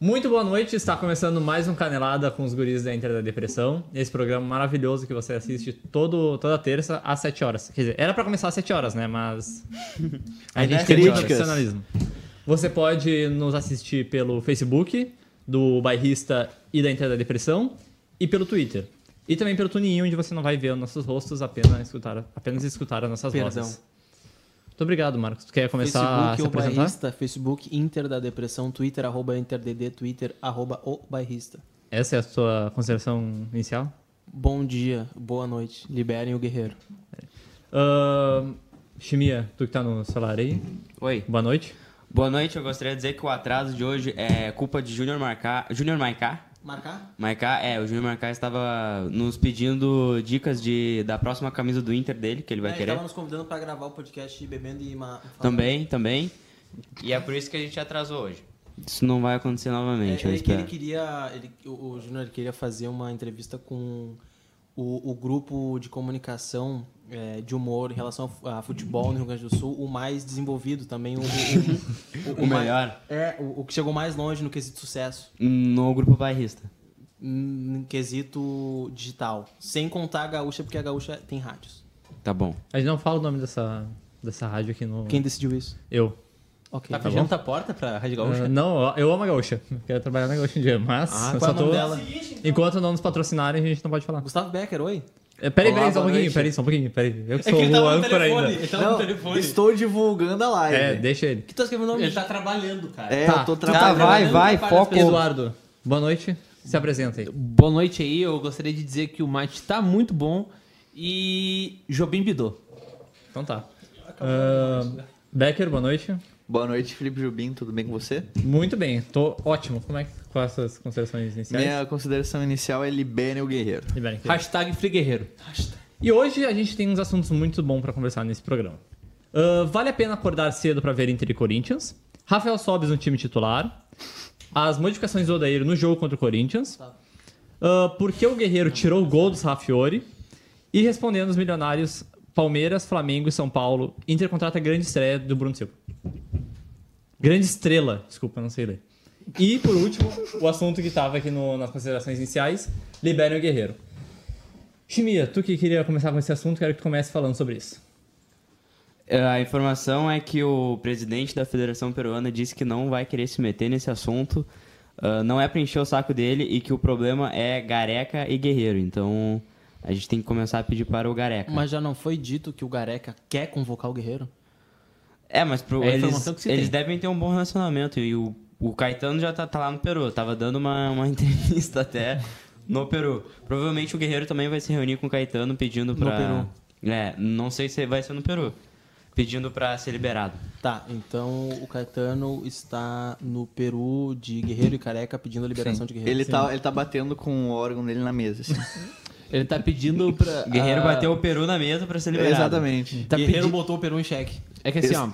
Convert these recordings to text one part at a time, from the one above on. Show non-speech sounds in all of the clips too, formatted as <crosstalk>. Muito boa noite, está começando mais um Canelada com os guris da Inter da Depressão. Esse programa maravilhoso que você assiste todo, toda terça às 7 horas. Quer dizer, era para começar às 7 horas, né? Mas a gente tem muito É, né, Críticas. profissionalismo. Você pode nos assistir pelo Facebook do Bairrista e da Inter da Depressão e pelo Twitter. E também pelo TuneIn, onde você não vai ver os nossos rostos, apenas escutar, apenas escutar as nossas Perdão. vozes. Muito obrigado, Marcos. Tu quer começar a Ah, se Facebook, o apresentar? bairrista, Facebook, Inter da Depressão, Twitter, arroba InterDD, Twitter, arroba o bairrista. Essa é a sua consideração inicial? Bom dia, boa noite, liberem o guerreiro. Ahn, Chimia, tu que tá no celular aí, Oi. boa noite. Boa noite, eu gostaria de dizer que o atraso de hoje é culpa de Júnior Marcar. Júnior Maiká? Marcar? Maiká, é, o Júnior Maiká estava nos pedindo dicas de, da próxima camisa do Inter dele, que ele vai querer. É, Tava nos convidando pra gravar o podcast Bebendo e uma... Também, também. E é por isso que a gente atrasou hoje. Isso não vai acontecer É, novamente, eu ele, que ele espero. queria, ele, o, o Júnior ele queria fazer uma entrevista com o, o grupo de comunicação é, de humor em relação ao fu- a futebol no Rio Grande do Sul, o mais desenvolvido também, o, o- <laughs> O mais- melhor. é, o, o que chegou mais longe no quesito sucesso. No grupo bairrista. em quesito digital. Sem contar a gaúcha, porque a gaúcha tem rádios. Tá bom. A gente não fala o nome dessa, dessa rádio aqui no. Quem decidiu isso? Eu. Ok. Tá fechando tua porta pra Rádio Ah, Gaúcha? não, eu- eu amo a Gaúcha. Quero trabalhar na Gaúcha um dia, mas. Ah, eu qual é só o nome tô- dela? Enquanto não nos patrocinarem, a gente não pode falar. Gustavo Becker, oi. É, peraí, Olá, peraí, só um boa pouquinho, noite. peraí, só um pouquinho, peraí. É Eu que sou o âncora ainda. Ele tava no telefone. Estou divulgando a live. É, deixa ele. Que tá escrevendo o nome? Ele tá trabalhando, cara. É, Tá. eu tô Tá, trabalhando. vai, vai, foco. Eduardo, boa noite. Se apresenta aí. Boa noite aí, eu gostaria de dizer que o mate tá muito bom e Jobim Bidô. Então tá. Ah, Becker, boa noite. Boa noite, Felipe Jubim, tudo bem com você? Muito bem, tô ótimo. Como é que com essas considerações iniciais? Minha consideração inicial é liberem o guerreiro. Liberem aqui. Hashtag Free Guerreiro. E hoje a gente tem uns assuntos muito bons pra conversar nesse programa. Ah, vale a pena acordar cedo pra ver Inter e Corinthians? Rafael Sobes no time titular? As modificações do Odair no jogo contra o Corinthians? Ah, por que o Guerreiro tirou o gol dos Rafiori? E respondendo os milionários Palmeiras, Flamengo e São Paulo, Inter contrata a grande estreia do Bruno Silva. Grande estrela, desculpa, não sei ler. E, por último, o assunto que tava aqui no- nas considerações iniciais, liberem o Guerreiro. Chimia, tu que queria começar com esse assunto, quero que tu comece falando sobre isso. A informação é que o presidente da Federação Peruana disse que não vai querer se meter nesse assunto. ah, não é pra encher o saco dele e que o problema é Gareca e Guerreiro. Então a gente tem que começar a pedir para o Gareca. Mas já não foi dito que o Gareca quer convocar o Guerreiro? É, mas pro, É a eles, informação que se eles tem. devem ter um bom relacionamento. E o, o Caetano já tá, tá lá no Peru. Tava dando uma, uma <laughs> entrevista até no Peru. Provavelmente o Guerreiro também vai se reunir com o Caetano pedindo pra. É, não sei se vai ser no Peru. Pedindo pra ser liberado. Tá, então o Caetano está no Peru de Guerreiro e Careca pedindo a liberação de Guerreiro. Ele tá, ele tá batendo com o órgão dele na mesa. assim. <laughs> Ele tá pedindo pra. Guerreiro ah, bateu o Peru na mesa pra ser liberado. Exatamente. Tá Guerreiro pedindo- botou o Peru em xeque. É que assim, ó.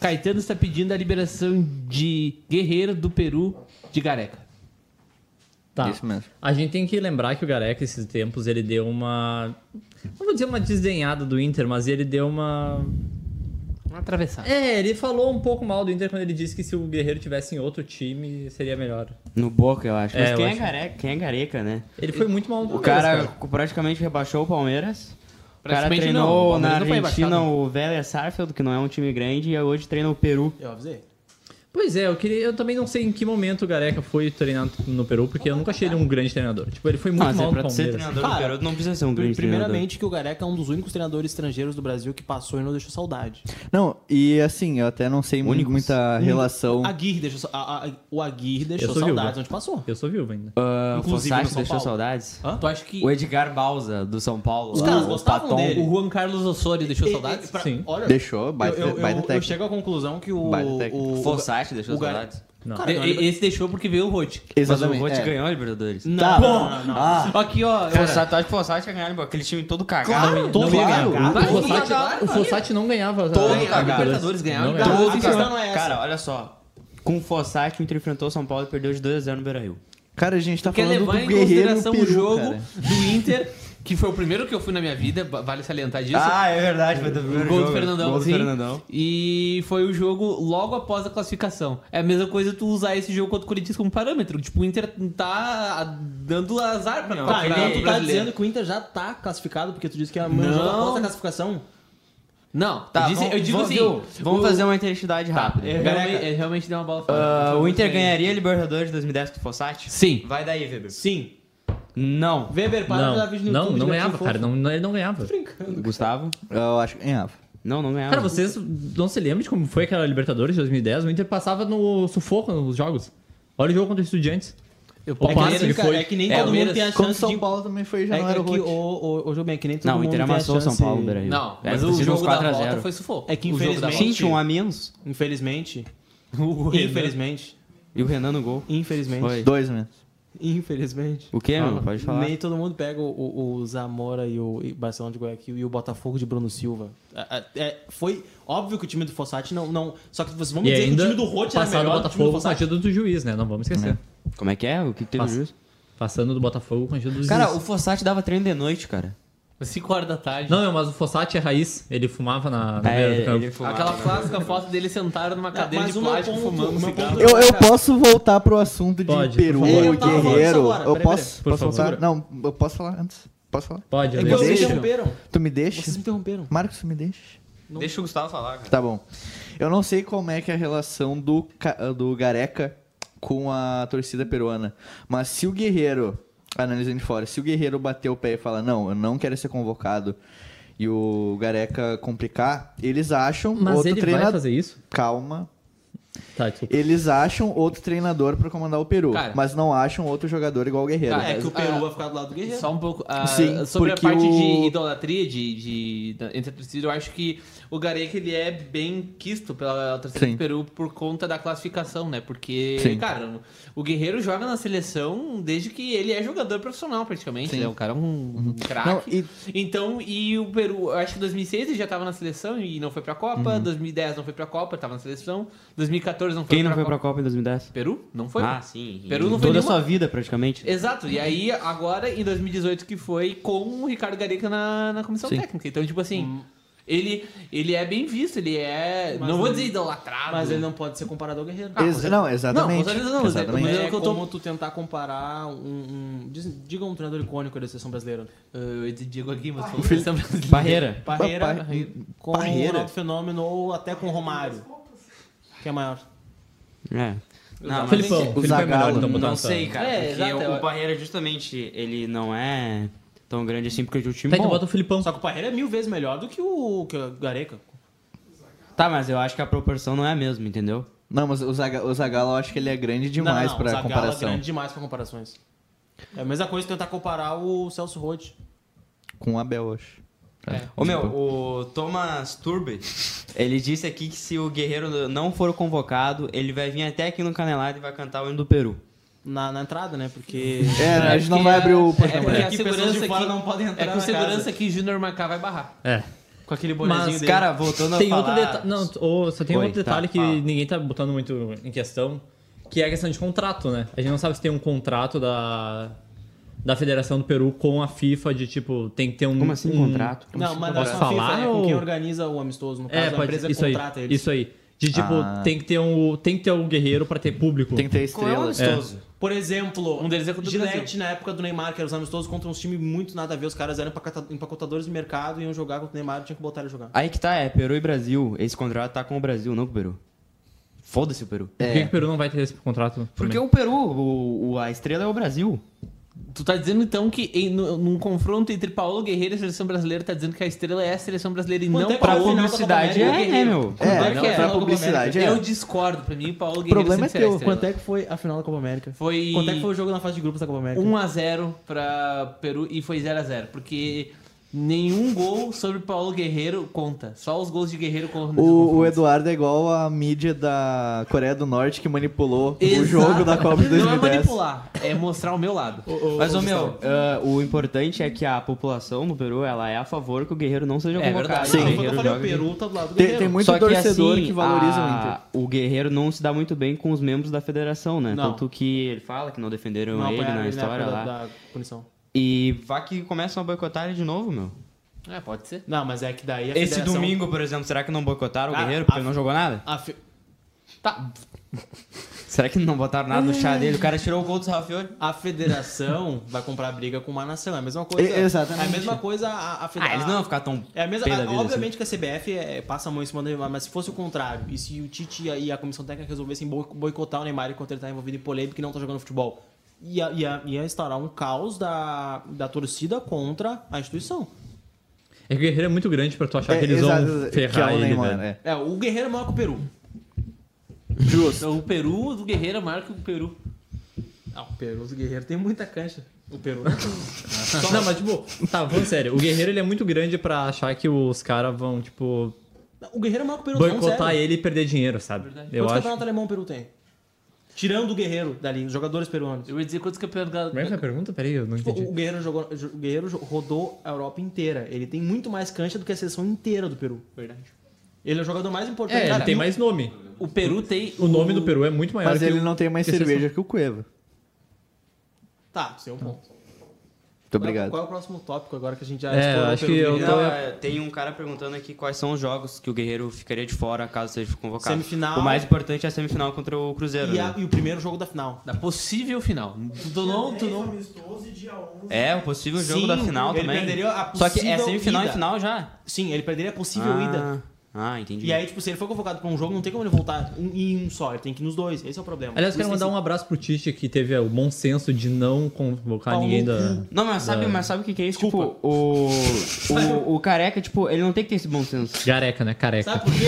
Caetano está pedindo a liberação de Guerreiro do Peru de Gareca. Tá. Isso mesmo. A gente tem que lembrar que o Gareca, esses tempos, ele deu uma. Não vou dizer uma desdenhada do Inter, mas ele deu uma. Uma atravessada. É, ele falou um pouco mal do Inter quando ele disse que se o Guerreiro tivesse em outro time, seria melhor. No Boca, eu acho. Mas É, eu quem, é acho. Gareca, quem é Gareca, né? Ele foi muito mal no O Palmeiras, cara praticamente rebaixou o Palmeiras. O cara Praticamente treinou não, o na Palmeiras não foi Argentina rebaixado. o Vélez Sarfield, que não é um time grande, e hoje treina o Peru. Eu avisei. Pois é, eu, queria, eu também não sei em que momento o Gareca foi treinado no Peru, porque eu nunca achei ele um grande treinador. Tipo, ele foi muito Não, mas é mal no pra tu ser Palmeiras. treinador do Cara, Peru, tu não precisa ser um grande treinador. Primeiramente, que o Gareca é um dos únicos treinadores estrangeiros do Brasil que passou e não deixou saudade. Não, e assim, eu até não sei mu- Únicos. Hum. muita relação. Aguirre deixou, sa- a- a- o Aguirre deixou sou saudades viúva. onde passou. Eu sou viúvo ainda. Ah, Inclusive Fossati no São deixou Paulo. saudades. Tu acha que O Edgar Balsa, do São Paulo. Os lá, caras o gostavam Paton. dele. o Juan Carlos Osório deixou E- e- saudades? pra- Sim. Olha, Deixou, baita, eu, eu, baita eu, eu técnica. chego à conclusão que o. Baita técnica. o- O Fossati deixou o Gar- saudades. Não. Cara, De- Esse deixou porque veio o Rote. Mas o Exatamente. Vote é. ganhou a Libertadores. Não, Tá. não, não, não. Aqui, ó. Fossati, acho que o Fossati ia ganhar, né, aquele time todo cagado. Claro, Não todo ia ganhar. cagado. o, Claro, Fossati, claro, o Fossati não ganhava. Todo a- a cagado. Libertadores ganhava, Não cara. A Todo questão cagado. não é essa. Cara, olha só. Com o Fossati, o Inter enfrentou o São Paulo e perdeu de 2x0 no Beira-Rio. Cara, a gente tá Quer falando levar do em guerreiro consideração peru, o jogo cara. do Inter que foi o primeiro que eu fui na minha vida, ba- vale salientar disso. Ah, é verdade, foi O do né? gol do Fernandão, Gol do sim. Fernandão. E foi o jogo logo após a classificação. É a mesma coisa tu usar esse jogo contra o Corinthians como parâmetro. Tipo, o Inter tá dando azar pra Tá, pra- pra- então tu tá brasileiro. dizendo que o Inter já tá classificado, porque tu disse que a manhã já tá Não. após a classificação? Não, Tá, eu, disse- eu vamos- digo vamos- assim. viu? Vamos o- fazer uma identidade Tá, rápida. é, realmente, é, realmente deu uma bola fora. Então, assim, Ah, o Inter ganharia a Libertadores de 2010 com o Fossati? Sim. Vai daí, Weber. Sim. Não. Weber, para de dar Não, vídeo no não, YouTube. não é de ganhava, gatinho cara. fofo. Não, não- ele não ganhava. Gustavo? Eu acho que ah, ganhava. Não, não ganhava. Cara, vocês não se lembram de como foi aquela Libertadores de 2010? O Inter passava no sufoco nos jogos. Olha o jogo contra os estudiantes. Eu- Opa, é que nem- assim, ele cara, foi- É que nem É, todo mundo Palmeiras. tem a Como chance São de... Paulo também foi, já É, não era é o que, Rote. ô, ô, ô, Jubem, é que nem todo Não, o mundo Inter tem a amassou o São chance- Paulo, Beira. Não, mas o jogo da volta foi sufoco. É que O jogo da infelizmente- volta. Gente, um a menos. <laughs> Infelizmente. né? Infelizmente. E o Renan no gol. Infelizmente. Foi. Dois menos. Infelizmente. O quê, meu? Pode falar. Nem todo mundo pega o, o- o Zamora e o e Barcelona de Guayaquil e o Botafogo de Bruno Silva. É, é, é, foi óbvio que o time do Fossati não, não. Só que vocês vão me E dizer que o ainda time do Rote era passado do melhor que o time do Botafogo com a Fossati. ajuda do juiz, né? Não vamos esquecer. Como é que é? O que, que teve Passa. justo? Passando do Botafogo com a ajuda do juiz. Cara, o Fossati dava treino de noite, cara. 5 horas da tarde. Não, não, mas o Fossati é raiz. Ele fumava na, É, É, na beira do campo. Aquela clássica foto dele sentado numa cadeira mas de o meu plástico ponto- fumando o meu cigarro. ponto- Eu, eu posso voltar pro assunto de Pode, por Peru, favor. Eu tava falando isso Guerreiro. agora, Eu peraí, posso, peraí. posso Por voltar? Não, eu posso falar antes. Posso falar? Pode, É que Alex. vocês me Deixa. interromperam. Tu me deixa? Vocês me interromperam. Marcos, tu me deixa? Deixa o Gustavo falar, cara. Tá bom. Eu não sei como é que é a relação do, Ca- do Gareca com a torcida peruana. Mas se o Guerreiro, analisando de fora, se o Guerreiro bater o pé e falar, não, eu não quero ser convocado, e o Gareca complicar, eles acham Mas outro ele vai treinador. fazer isso? Calma. Tá, desculpa. Eles acham outro treinador pra comandar o Peru, Cara. mas não acham outro jogador igual o Guerreiro. Cara, É que o Peru Ah, vai ficar do lado do Guerreiro. Só um pouco. ah, Sim, sobre a porque parte o- de idolatria de, de, da- entre a torcida, eu acho que o Gareca ele é bem quisto pela torcida Sim. do Peru por conta da classificação, né? Porque, Sim. cara, o Guerreiro joga na seleção desde que ele é jogador profissional, praticamente. Sim. Uhum. Né? O cara é um Não, craque. e- Então, e o Peru, eu acho que 2006 ele já tava na seleção e não foi pra Copa. Uhum. 2010 não foi pra Copa, tava na seleção. 2014 não foi Quem pra não foi pra Copa. Copa em 2010? Peru? Não foi. ah, sim. Peru não foi Toda a nenhuma- sua vida, praticamente. Exato, e aí agora em 2018 que foi com o Ricardo Gareca na, na comissão Sim. técnica. Então, tipo assim, ele, ele é bem visto, ele é. Hum. Mas não vou ele- dizer idolatrado. Mas ele não pode ser comparado ao Guerreiro. Ex- não, Não, exatamente. com certeza não, mas é- Exatamente. é Mas Mas é é que eu tô- como tu tentar comparar um... um- diz- diga um treinador icônico da seleção brasileira. Ah, Eu digo aqui, mas foi seleção brasileira. Barreira. Parreira Ba- ba- com Parreira? o Ronaldo Fenômeno ou até com o Romário. Que é maior. É. Não, Felipão, o o Felipão é melhor Zagallo. então botar Não essa- sei, cara. É, porque exato, o, eu- o Barreira, justamente, ele não é tão grande assim, porque o time. Tá, então Bom, bota o Filipão. Só que o Parreira é mil vezes melhor do que o, que o Gareca. Tá, mas eu acho que a proporção não é a mesma, entendeu? Não, mas o, Zaga, o Zagallo eu acho que ele é grande demais não, não, pra o Zagallo comparação. é grande demais pra comparações. É a mesma coisa que tentar comparar o Celso Roth. Com o Abel, eu acho. É. Ô meu, o Thomas Turbe, ele disse aqui que se o Guerreiro não for convocado, ele vai vir até aqui no Canelado e vai cantar o hino do Peru. Na, na entrada, né? Porque. É, a gente não vai abrir o É porque a Que segurança pessoas de fora aqui. não podem entrar é que na o segurança casa. aqui, Junior Marcar, vai barrar. É. Com aquele bonezinho Mas, dele. Cara, voltando Tem a outro falar... detalhe. Não, ô, só tem um Oi, outro tá, detalhe que fala. ninguém tá botando muito em questão, que é a questão de contrato, né? A gente não sabe se tem um contrato da. Da Federação do Peru com a FIFA de tipo, tem que ter um. Como assim, um- contrato? Não, mas não é Posso só a falar FIFA, é ou- com quem organiza o amistoso. No caso, É, a pode empresa isso aí. contrata eles. Isso aí. De tipo, Ah. tem que ter um. Tem que ter um guerreiro pra ter público. Tem que ter Qual é o estrelas. amistoso? Por exemplo, Um deles é contra o Gillette, Brasil. na época do Neymar, que era os amistosos contra uns times muito nada a ver. Os caras eram empacata- empacotadores de mercado, iam jogar contra o Neymar, tinha que botar ele a jogar. Aí que tá, é Peru e Brasil. Esse contrato tá com o Brasil, não com o Peru. Foda-se o Peru. é. Por que, que o Peru não vai ter esse contrato? Porque também? o Peru, o, o- a estrela é o Brasil. Tu tá dizendo então que em, no- num confronto entre Paulo Guerreiro e a seleção brasileira, tá dizendo que a estrela é a seleção brasileira e Pô, não até Pra Pra Paulo. final da publicidade Copa é, América, né, ele- meu? É, Claro que é. pra Não, publicidade é. Eu discordo, pra mim, Paulo O Guerreiro problema é sempre será a teu. estrela. Quanto é que foi a final da Copa América? Foi Quanto é que foi o jogo na fase de grupos da Copa América? 1x0 pra Peru e foi 0x0. Porque nenhum gol sobre Paulo Guerreiro conta. Só os gols de Guerreiro contam. nesse O, confronto. o Eduardo é igual a mídia da Coreia do Norte que manipulou o Exato. jogo da Copa de 2010. Não é manipular, é mostrar o meu lado. Mas, ô meu, ah, o importante é que a população do Peru, ela é a favor que o Guerreiro não seja É convocado. verdade. O Sim, não, foi o que eu Guerreiro falei, o joga- Peru tá do lado do Tem, Guerreiro. tem muito Só que, torcedor assim, que valoriza a- o Inter. O Guerreiro não se dá muito bem com os membros da federação, né? Não. Tanto que ele fala que não defenderam ele apanharam na ele história época lá. né? Da, da punição. E vá que começam a boicotar ele de novo, meu. É, pode ser. Não, mas é que daí a Esse federação- domingo, por exemplo, será que não boicotaram o Ah, Guerreiro porque a- ele não jogou nada? A fe- Tá, Será que não botaram nada no chá dele? O cara tirou o gol do Rafioli. A federação vai comprar briga com uma nação. É a mesma coisa. E- É exatamente. a mesma coisa a, a Ah, federação. eles não vão ficar tão né?" É a mesma, pé da vida, obviamente que a CBF é, passa a mão em cima do Neymar, mas se fosse o contrário, e se o Tite e a, e a comissão técnica resolvessem boi- boicotar o Neymar enquanto ele tá envolvido em polêmica e não tá jogando futebol, ia, ia, ia instaurar um caos da, da torcida contra a instituição. É que o Guerreiro é muito grande pra tu achar É, que eles exato, vão exato, ferrar que é o ele, né? Neymar, velho. é. É, o Guerreiro é maior que o Peru. Justo. então o Peru do Guerreiro é maior que o Peru. Ah, o Peru do Guerreiro tem muita cancha. O Peru né? não Só- Não, mas tipo, tá, falando sério, o Guerreiro ele é muito grande pra achar que os caras vão, tipo, O Guerreiro é maior que o Peru, boicotar sério. é ele e perder dinheiro, sabe? Eu Quantos acho. campeonatos alemão o Peru tem? Tirando o Guerreiro dali, os jogadores peruanos. Eu ia dizer quantos campeonatos... Como é que é a pergunta? Peraí, eu não Tipo, entendi. o Guerreiro, jogou, o Guerreiro jo- rodou a Europa inteira. Ele tem muito mais cancha do que a seleção inteira do Peru. Verdade. Ele é o jogador mais importante. É, ele Cara, tem e o- mais nome. O Peru tem... O nome do Peru é muito maior Mas que ele o- não tem mais que a cerveja que o Cueva. Tá, tem um ponto. Muito Muito obrigado. Qual é o próximo tópico agora que a gente já É, explorou o acho Peru que do eu Guerreiro? tô- Não, é, tem um cara perguntando aqui quais são os jogos que o Guerreiro ficaria de fora caso seja convocado. Semifinal. O mais importante é a semifinal contra o Cruzeiro. E, a- né? e o primeiro jogo da final. Da possível final. Tu não... Tu não... É, o possível jogo Sim, da final ele também. perderia a Só que é possível semifinal ida. e final já. Sim, ele perderia a possível ah, ida. Ah, entendi. E aí, tipo, se ele for convocado pra um jogo, não tem como ele voltar um- em um só. Ele tem que ir nos dois. Esse é o problema. Aliás, quero mandar um abraço pro Tite que teve o bom senso de não convocar Pau no ninguém um cu. da. Não, mas sabe, mas sabe o que, que é isso? Tipo, o, o, <laughs> o careca, tipo, ele não tem que ter esse bom senso. Careca, né? Careca. Sabe por quê?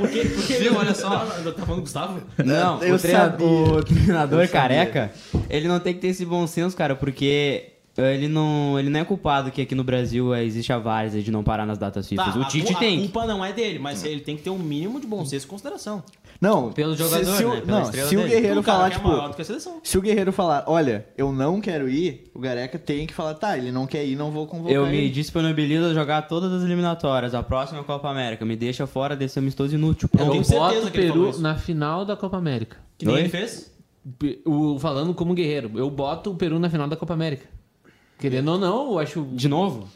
Porque, porque um Viu? Olha só. Não, não, <laughs> Tá falando do Gustavo? Não, eu o, treina- sabia. o treinador Eu sabia. careca, ele não tem que ter esse bom senso, cara, porque ele não, ele não é culpado que aqui no Brasil eh, existe a várzea de não parar nas datas Tá, FIFA. o a Tite cu- A tem. culpa não é dele, mas ele tem que ter um mínimo de bom senso e consideração. Não, Pelo se- jogador, se, o- né? Pela não, estrela se o dele. Guerreiro O cara falar, que é tipo, maior do que a seleção. se o Guerreiro falar, olha, eu não quero ir, o Gareca tem que falar, tá, ele não quer ir, não vou convocar Eu me ele. disponibilizo a jogar todas as eliminatórias, a próxima Copa América. Me deixa fora desse amistoso inútil. pô. Eu tenho Eu boto certeza o que ele falou Peru isso. na final da Copa América. Que nem Oi? ele fez. Pe- O, falando como guerreiro, eu boto o Peru na final da Copa América. Querendo ou não, eu acho. De novo?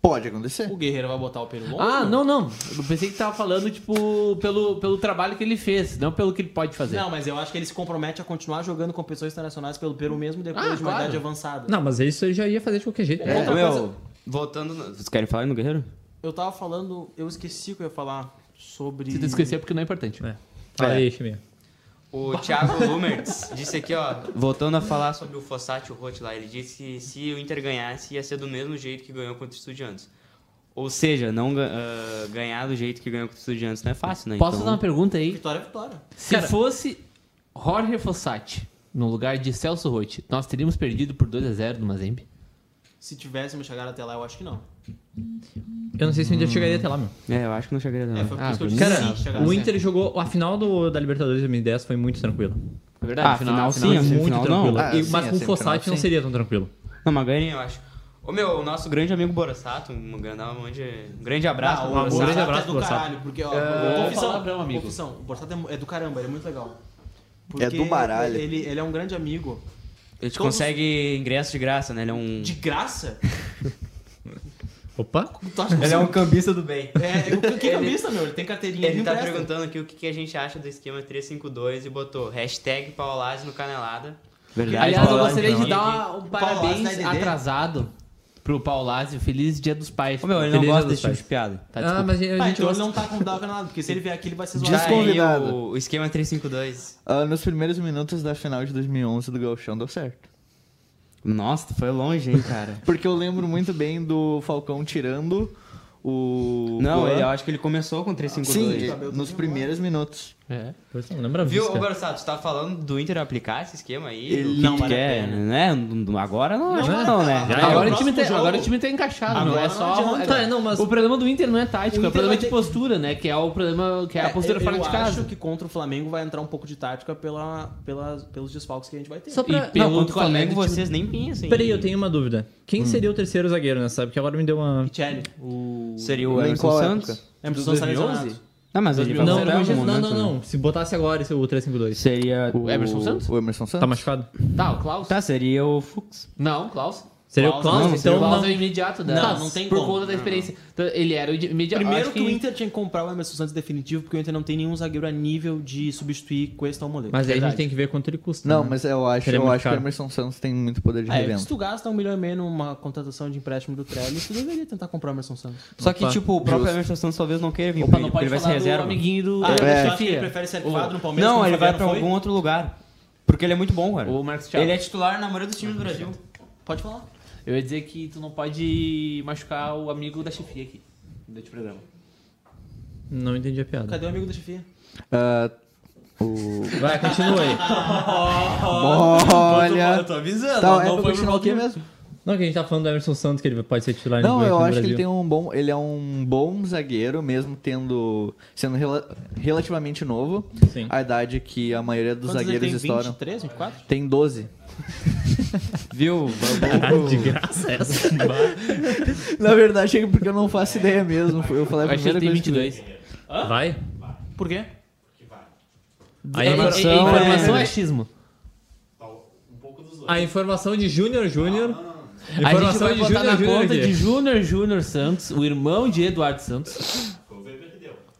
Pode acontecer. O Guerreiro vai botar o Peru longe? Ah, não, não. Eu pensei que tava falando, tipo, pelo, pelo trabalho que ele fez, não pelo que ele pode fazer. Não, mas eu acho que ele se compromete a continuar jogando competições internacionais pelo Peru mesmo depois Ah, de uma claro. idade avançada. Não, mas isso ele já ia fazer de qualquer jeito. né? É. Outra meu, coisa- voltando. no- Vocês querem falar no Guerreiro? Eu tava falando, eu esqueci o que eu ia falar sobre. Se tu esquecer, porque não é importante. É. Fala aí, Chiminha. O Thiago Lumertz disse aqui, ó, voltando a falar sobre o Fossati e o Roth lá, ele disse que se o Inter ganhasse, ia ser do mesmo jeito que ganhou contra o Estudiantes. Ou seja, não ga- ah, ganhar do jeito que ganhou contra o Estudiantes não é fácil, né? Posso Então- fazer uma pergunta aí? Vitória é vitória. Se fosse Jorge Fossati no lugar de Celso Rotti, nós teríamos perdido por 2x0 do Mazembe? Se tivesse me chegado até lá, eu acho que não. Eu não sei se um dia chegaria até lá, meu. É, eu acho que não chegaria não. É, foi por Ah, isso que eu pra mim disse Cara, sim, chegar o lá. Inter jogou. A final do, da Libertadores de 2010 foi muito tranquila. É verdade, Ah, final, sim, a muito semifinal não. tranquila. Ah, E- sim, mas a com o semifinal, Fossati não sim. seria tão tranquilo. Não, mas ganha, eu acho. Ô meu, o nosso grande amigo Borossato, um grande, um grande- um grande abraço Ah, pro o grande Borsato Borossato. abraço é pro do Borsato. caralho, porque, ó, vou confissão, falar pra um amigo. confissão, o Borsato é, é do caramba, ele é muito legal. É do baralho. Ele, ele é um grande amigo. Ele te Todos- consegue ingresso de graça, né? Ele é um... De graça? Opa! Tu acha que Ele é um cambista do bem. É, o que- que camisa, meu? Ele tem carteirinha, Ele não tá presta. perguntando aqui o que, que a gente acha do esquema 352 e botou hashtag Paulazzi no Canelada. Verdade, Aliás, eu Paulazzi, gostaria de não. dar uma- um parabéns Paulazzi, né, Dedê? atrasado pro Paulazzi. Feliz Dia dos Pais. Ô, meu, ele não Feliz gosta Dia desse dos tipo de piada. Tá, ah, desculpa. mas a gente Ah, então ele gosta. não tá convidado pra nada, porque se ele vier aqui, ele vai ser Tá zoado. aí Desconvidado. o, o esquema 352. Ah, nos primeiros minutos da final de 2011 do Gauchão deu certo. Nossa, tu foi longe, hein, <laughs> cara. Porque eu lembro muito bem do Falcão tirando o... não, Juan. ele- é eu acho que ele começou com Sim, 352. ele- é nos primeiros minutos. É. Pois não, lembra Viu, viu? ô Barçato, tu tá falando do Inter aplicar esse esquema aí? Ele do não que vale a quer, pena. né? N- Agora não, acho não, que não, né? não, não. agora, é o o time próximo tá, jogo. agora o time tá encaixado, Agora não é não só. adianta. Tá, não, mas- O problema do Inter não é O tático, é o Inter problema vai de ter- postura, né? Que é o problema, que é a postura eu, fora eu de casa. acho que contra o Flamengo vai entrar um pouco de tática pela, pela, pelos desfalques que a gente vai ter. Só pra... E é Não, pelo Contra o Flamengo Flamengo, vocês nem pensam. em- Peraí, eu tenho uma dúvida. Hum. Quem seria o terceiro zagueiro nessa? Porque agora me deu uma. Michelli, o... Seria o Em Emerson qual Santos? época? Emerson Santos tá 2011? lesionado. Não, mas ele Não, não, era um não, não, momento, não, né? Se botasse agora esse, o 352. Seria... O Emerson Santos? O Emerson Tá Santos? machucado? Tá, o Klaus. Tá, seria o Fux. Não, o Klaus. Seria o Klaus, então o Klaus não. é o imediato da, Não, não tem por como. conta da experiência. Então, ele era o imediato. Primeiro acho que o Inter tinha que comprar o Emerson Santos definitivo, porque o Inter não tem nenhum zagueiro a nível de substituir Cuesta ou Moledo. Mas aí a Verdade. gente tem que ver quanto ele custa. Não, né? mas eu acho, Seria eu muito acho que o caro. Emerson Santos tem muito poder de Ah, É, se revenda. tu gasta um milhão e meio numa contratação de empréstimo do Trellis, tu deveria tentar comprar o Emerson Santos. Só que, Opa, tipo, o próprio justo. Emerson Santos talvez não queira vir Opa, pro não Inter, porque pode ele vai ser falar do reserva. amiguinho do... Ah, do é. acho que ele prefere ser arquivado no Palmeiras. Não, como ele vai Fabiano pra foi? algum outro lugar. Porque ele é muito bom, cara. O Marcos Thiago. Ele é titular na maioria dos times do Brasil. Pode falar. Eu ia dizer que tu não pode machucar o amigo da chefia aqui. Durante o programa. Não entendi a piada. Cadê o amigo da chefia? Ah, o... Vai, continua aí. Olha... tô avisando. Tá, é pra continuar o quê mesmo? Não, que a gente tá falando do Emerson Santos, que ele pode ser titular em Não, dois eu no acho que Brasil. ele tem um bom, ele é um bom zagueiro, mesmo tendo sendo rela- relativamente novo. Sim. A idade que a maioria dos Quantos ele zagueiros tem? estouram. 23, 24? <laughs> Tem 12. Viu? De graça é <laughs> essa. Na verdade, é porque eu não faço ideia mesmo. Eu falei a Eu acho que primeira ele tem coisa que- 22. Vai. Por quê? A É, é, é, informação, é- informação é achismo. a informação de Júnior Júnior. A gente é Informação vai de botar na Júnior Júnior. conta de aqui. Júnior Júnior Santos, o irmão de Eduardo Santos.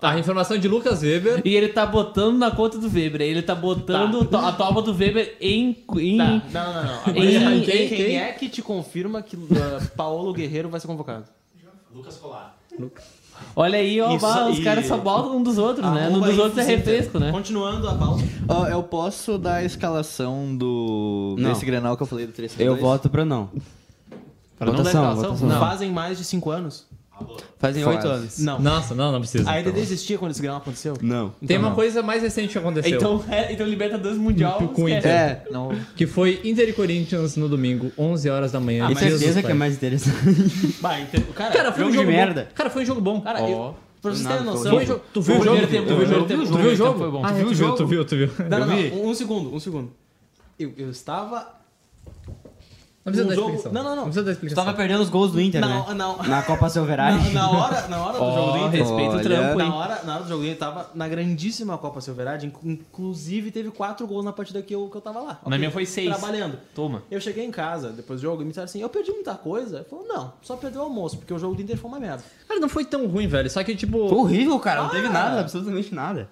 Tá, a informação de Lucas Weber. E ele tá botando na conta do Weber. Ele tá botando to- a toba do Weber em. em- Tá. Não, não, não. Agora, Ei, quem, quem, quem quem? é que te confirma que uh, Paulo Guerreiro vai ser convocado? Olha aí, ó, Isso bah, os aí. caras só botam um dos outros, né? Um Arroba dos outros é Infocenter. refresco, né? Continuando a pauta. Ah, eu posso dar a escalação do Não. desse Grenal que eu falei do 3 Eu voto pra não. não dar votação, escalação? votação. Não. Fazem mais de 5 anos? Fazem Faz. oito anos. Não. Nossa, não, não precisa. Ainda então. desistia quando esse granal aconteceu? Não. Tem uma coisa mais recente que aconteceu. Então, é, então Libertadores Mundial. Com o esquece. Inter. É, não. Que foi Inter e Corinthians no domingo, 11 horas da manhã. Tem Jesus certeza que é Pai. mais interessante. Bah, então, cara, Cara, foi Jogo um de jogo bom. merda. Cara, foi um jogo bom. cara, eu, pra vocês Nada, terem noção... Foi um jogo- Tu viu Foi o o jogo? primeiro Tu tempo, viu o eu vi jogo? o Tu viu o jogo, jogo? então foi bom. Ah, Tu é, viu tu o viu, jogo? tu viu, tu viu. Não, Eu não, não, vi. um segundo, um segundo. Eu, eu estava... Não precisa um dar jogo- explicação. Não, não, não. precisa dar Tu explicação. tava perdendo os gols do Inter, né? Na, na, Na Copa Silverage. na, na hora, na hora do jogo do Ó, Inter... respeita o Olha. trampo, hein? Na hora, na hora do jogo do Inter, tava na grandíssima Copa Silverade, inc- inclusive teve quatro gols na partida que eu, que eu tava lá. Na minha foi seis. Trabalhando. Toma. Eu cheguei em casa depois do jogo e me disseram assim: eu perdi muita coisa. Eu falei, não, só perdeu o almoço, porque o jogo do Inter foi uma merda. Cara, não foi tão ruim, velho. Só que, Foi tipo... horrível, cara. Não teve Ah. nada, absolutamente nada.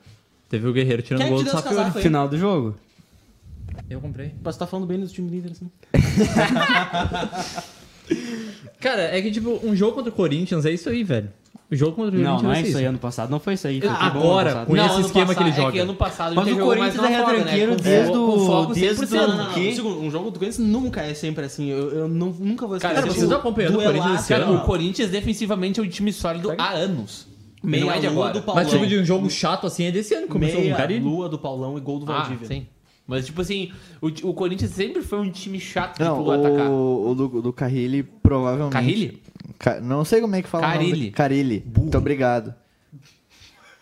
Teve o Guerreiro tirando Quem é o gol que te do deu os Sapiori. casacos aí? Final do jogo. Eu comprei. Mas você tá falando bem do time do Inter assim. Cara, é que, tipo, um jogo contra o Corinthians é isso aí, velho. O jogo contra o Não, Corinthians não é isso. isso aí. Ano passado não foi isso aí. Foi Ah, bom ano agora, passado. com esse ano esquema passado- que ele É que joga. ano passado Mas ele o jogou Corinthians mais é na folga, retranqueiro né? Com desde foco- o- com foco desde 100%. o- Não, não, não. Que? Um segundo, um jogo do Corinthians nunca é sempre assim. Eu, eu não- nunca vou esquecer. Cara, do vocês estão acompanhando o duelaço, Corinthians esse Cara, ano? o Corinthians defensivamente é um time sólido há anos. Meia Não é de lua agora. do Paulão. Mas, tipo, de um jogo chato assim é desse ano. que Começou com o meia Carilli. lua do Paulão e gol do Ah, Valdívia. sim. Mas, tipo assim, o, o Corinthians sempre foi um time chato Não, de atacar. o, o do, do Carrilli provavelmente. Carrilli? Ca- não sei como é que fala o nome. Carilli. dele. Carilli. Muito obrigado.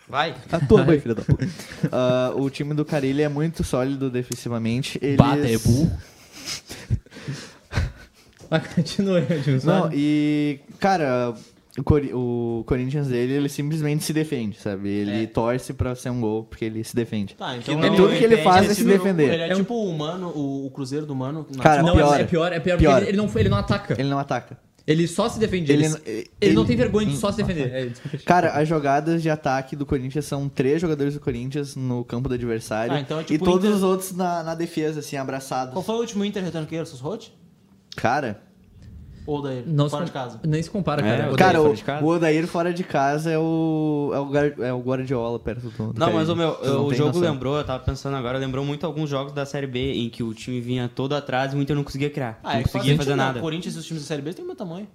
Vai. A tua <laughs> mãe, filha da puta. Ah, o time do Carilli é muito sólido defensivamente. Eles... Bata, é burro. Mas <laughs> continua aí, Edilson. Não, e, cara, o, Cori- o Corinthians dele, ele simplesmente se defende, sabe? Ele torce pra ser um gol, porque ele se defende. É. Tá, então É tudo que ele faz é se Ele defender. é, tipo o humano, o, o Cruzeiro do tipo, humano. Cara, Não, piora. é pior, é pior, Piora. porque ele, ele não, ele não ataca. Ele não ataca. Ele só se defende. Ele Ele, não- ele, ele- não tem vergonha de só se defender. É, desculpa. Cara, as jogadas de ataque do Corinthians são três jogadores do Corinthians no campo do adversário. Ah, então é e tipo todos Inter- os outros na, na defesa, assim, abraçados. Qual foi o último Inter retranqueiro? Susrot? Cara, Ou daí? Não se Fora com- de casa. Nem se compara, cara. É, Eu- cara, fora o, de casa? o Odair fora de casa é o, é o, Guar- é o Guardiola perto do. do Não, mas Carilli. o meu, Vocês não o têm jogo noção. lembrou, eu tava pensando agora, lembrou muito alguns jogos da Série B em que o time vinha todo atrás e o Inter não conseguia criar. Ah, não é que faz conseguia sentido, fazer né? nada. O Corinthians e os times da Série B têm o meu tamanho.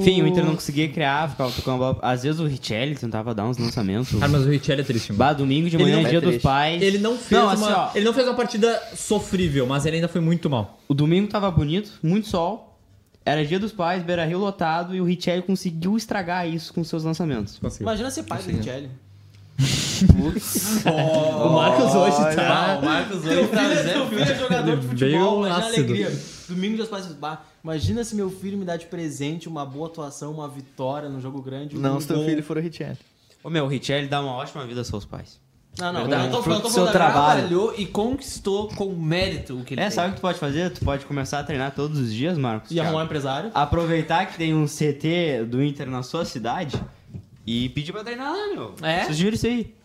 Enfim, o Inter não conseguia criar, ficava com a bola. Às vezes o Richelli tentava dar uns lançamentos. Cara, mas o Richelli é triste, mano. Bah, domingo de Ele manhã, não- é dia dos triste. pais. Ele não, fez Não, uma, assim, ó. ele não fez uma partida sofrível, mas ele ainda foi muito mal. O domingo tava bonito, muito sol. Era dia dos pais, Beira Rio lotado e o Richelli conseguiu estragar isso com seus lançamentos. Conseguiu. Imagina ser pai do Richelli. o Marcos hoje tá. Marcos hoje tá zero filho é jogador de Veio futebol, imagina a ácido. alegria. Domingo dos pais bah, imagina se meu filho me dá de presente uma boa atuação, uma vitória num jogo grande. Não, um se teu gol. filho for o Richelli. Ô meu, o Richelli dá uma ótima vida aos seus pais. Não, não, Verdade. não tô Fruto falando, tô do seu falando da- trabalho. Trabalhou e conquistou com mérito o que ele É, fez. sabe o que tu pode fazer? Tu pode começar a treinar todos os dias, Marcos. E arrumar um empresário. Aproveitar que tem um CT do Inter na sua cidade e pedir pra treinar lá, meu. É? Sugiro isso aí.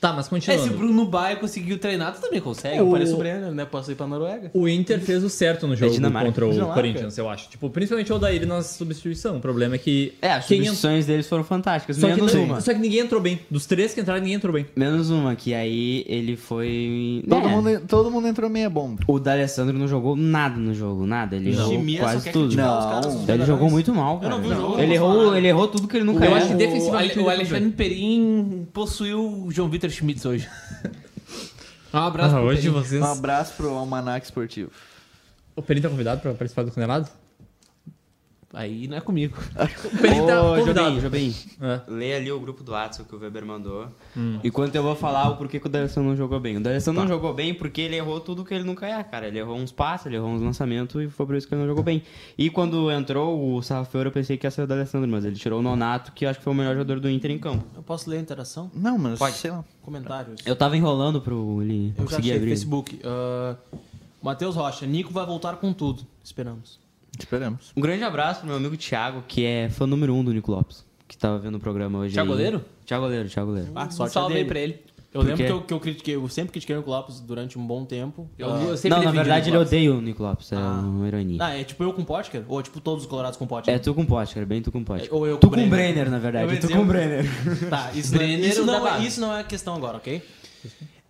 Tá, mas É, se continuando. o Bruno Baio conseguiu treinar, tu também consegue. Eu o- pareço o Brenner, né? Posso ir pra Noruega. O Inter fez o certo no jogo Dinamarca. contra o Dinamarca. Corinthians, eu acho. Tipo, principalmente o Odair na substituição. O problema é que. É, as quem entrou. substituições deles foram fantásticas. Só que, menos não- uma. só que ninguém entrou bem. Dos três que entraram, ninguém entrou bem. Menos uma, que aí ele foi... Todo, né? mundo, todo mundo entrou meia bomba. O D'Alessandro não jogou nada no jogo, nada. Ele O jogou Chimia só quase quer tudo. criticar Não, os caras, os ele Ele jogadores. jogou muito mal, Eu cara. não vi o ele, jogo, não vou errou, falar. ele errou tudo que ele nunca Eu erra. acho que defensivamente O, ele é o foi Alexandre Perim possuiu o João Vitor Schmitz hoje. <laughs> um abraço Ah, pro Perim. vocês. Um abraço pro Almanac Esportivo. O Perin tá convidado pra participar do Canelado? Aí não é comigo. O Perin tá Ô, Jobim, convidado. Jobim. É. Lê ali o grupo do WhatsApp que o Weber mandou. Enquanto eu vou falar o porquê que o D'Alessandro não jogou bem. O D'Alessandro não jogou bem porque ele errou tudo que ele nunca erra, cara. Ele errou uns passes, ele errou uns lançamentos e foi por isso que ele não jogou bem. E quando entrou o Sarrafiori, eu pensei que ia ser o D'Alessandro, mas ele tirou o Nonato, que eu acho que foi o melhor jogador do Inter em campo. Eu posso ler a interação? Não, mano, Pode. sei lá. Comentários. Eu tava enrolando pro ele Eu já conseguir achei abrir. Facebook. Ah, Matheus Rocha, Nico vai voltar com tudo. Esperamos. Esperamos. Um grande abraço pro meu amigo Thiago, que é fã número um do Nico Lopes, que tava vendo o programa hoje. Thiago aí. Goleiro? Thiago Goleiro, Thiago Goleiro. Ah, Só sorte Salve aí dele. pra ele. Por Eu lembro quê? que eu, que eu critiquei, eu sempre critiquei o Nico Lopes durante um bom tempo. Eu- Ah, eu sempre Não, na defendi o verdade ele Nicolas. odeia o Nico Lopes, é uma ironia. Ah, é tipo eu com Potker? Ou tipo todos os colorados com Potker? É tu com pote, cara, bem tu com pote. É, ou eu tu com com Brenner. Brenner, na Eu um verdade. ia Tu dizer com o- Brenner. Tá, isso, Brenner isso ou não, Dabá? isso não é a questão agora, ok?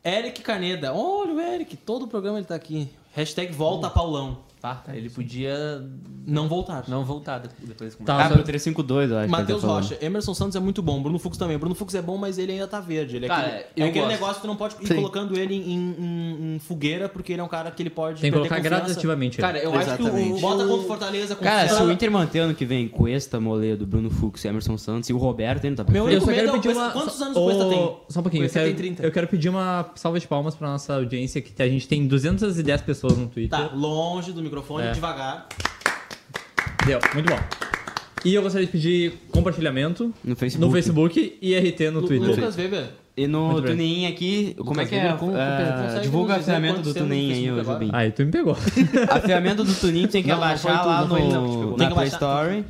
Eric Caneda. Olha o Eric, todo o programa ele tá aqui. Hashtag volta Paulão. Tá, ele podia Não voltar. não voltar depois com Tá, Ah, só- pro 352, eu acho. que ele Matheus tá falando. Rocha, Emerson Santos é muito bom, Bruno Fux também. Bruno Fux é bom, mas ele ainda tá verde. Ele é Cara, aquele, eu é aquele gosto. negócio que tu não pode ir Sim. colocando ele em, em- em fogueira, porque ele é um cara que ele pode. Tem que perder colocar confiança. gradativamente. né? Cara, eu acho que o... Exatamente. Bota contra o Fortaleza, contra Cara, se Santos. o Inter manter ano que vem Cuesta, Moledo, Bruno Fux, Emerson Santos e o Roberto, ele tá Meu perfeito. Eu só Recomendo, quero pedir mas uma. quantos só- anos o Cuesta Ô, tem? Só um pouquinho. Cuesta eu quero- tem 30. Eu quero pedir uma salva de palmas pra nossa audiência, que a gente tem 210 pessoas no Twitter. Tá, longe do microfone, É. devagar. Deu, muito bom. E eu gostaria de pedir compartilhamento No Facebook. no Facebook e RT no Twitter. Lucas Weber. E no Muito bem. Tunin aqui, como é que é? Weber, como- Ah, consegue divulga a nos dizer ferramenta do quantos tem no Tunin aí, Facebook ô agora? <laughs> Jobim. Aí tu me pegou. A ferramenta do Tunin tu tem que Não, não foi abaixar tu, lá não foi ele não que te no, pegou. Tem na que Play abaixar. Store.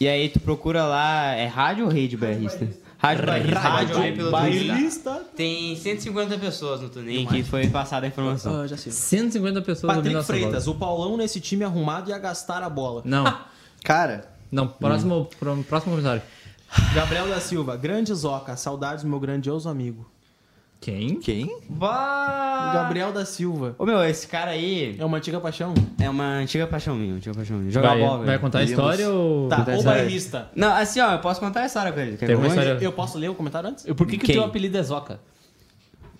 E aí tu procura lá, é rádio ou rede bairrista? Rádio bairrista. Rádio aí pelo Tunin. Bairrista. Tem 150 pessoas no Tunin que foi passada a informação. Ah, já sei. 150 pessoas ouvindo Patrick nossa Freitas, Ah. voz. o Paulão nesse time arrumado ia gastar <laughs> a bola. Não, Cara, não, Hum. próximo, pro- próximo comentário. Gabriel da Silva, grande Zoca, saudades, meu grandioso amigo. Quem? quem? Bah! Gabriel da Silva, Ô meu, esse cara aí é uma antiga paixão. é uma antiga paixão minha, antiga paixão minha. Joga Vai, bola, vai velho. contar a Iremos- história ou. Tá, contar a o história? bairrista. Não, assim ó, eu posso contar a história pra ele. quer Tem uma que eu conte? história- Eu posso ler o comentário antes? Por que, que o Quem? teu apelido é Zoca?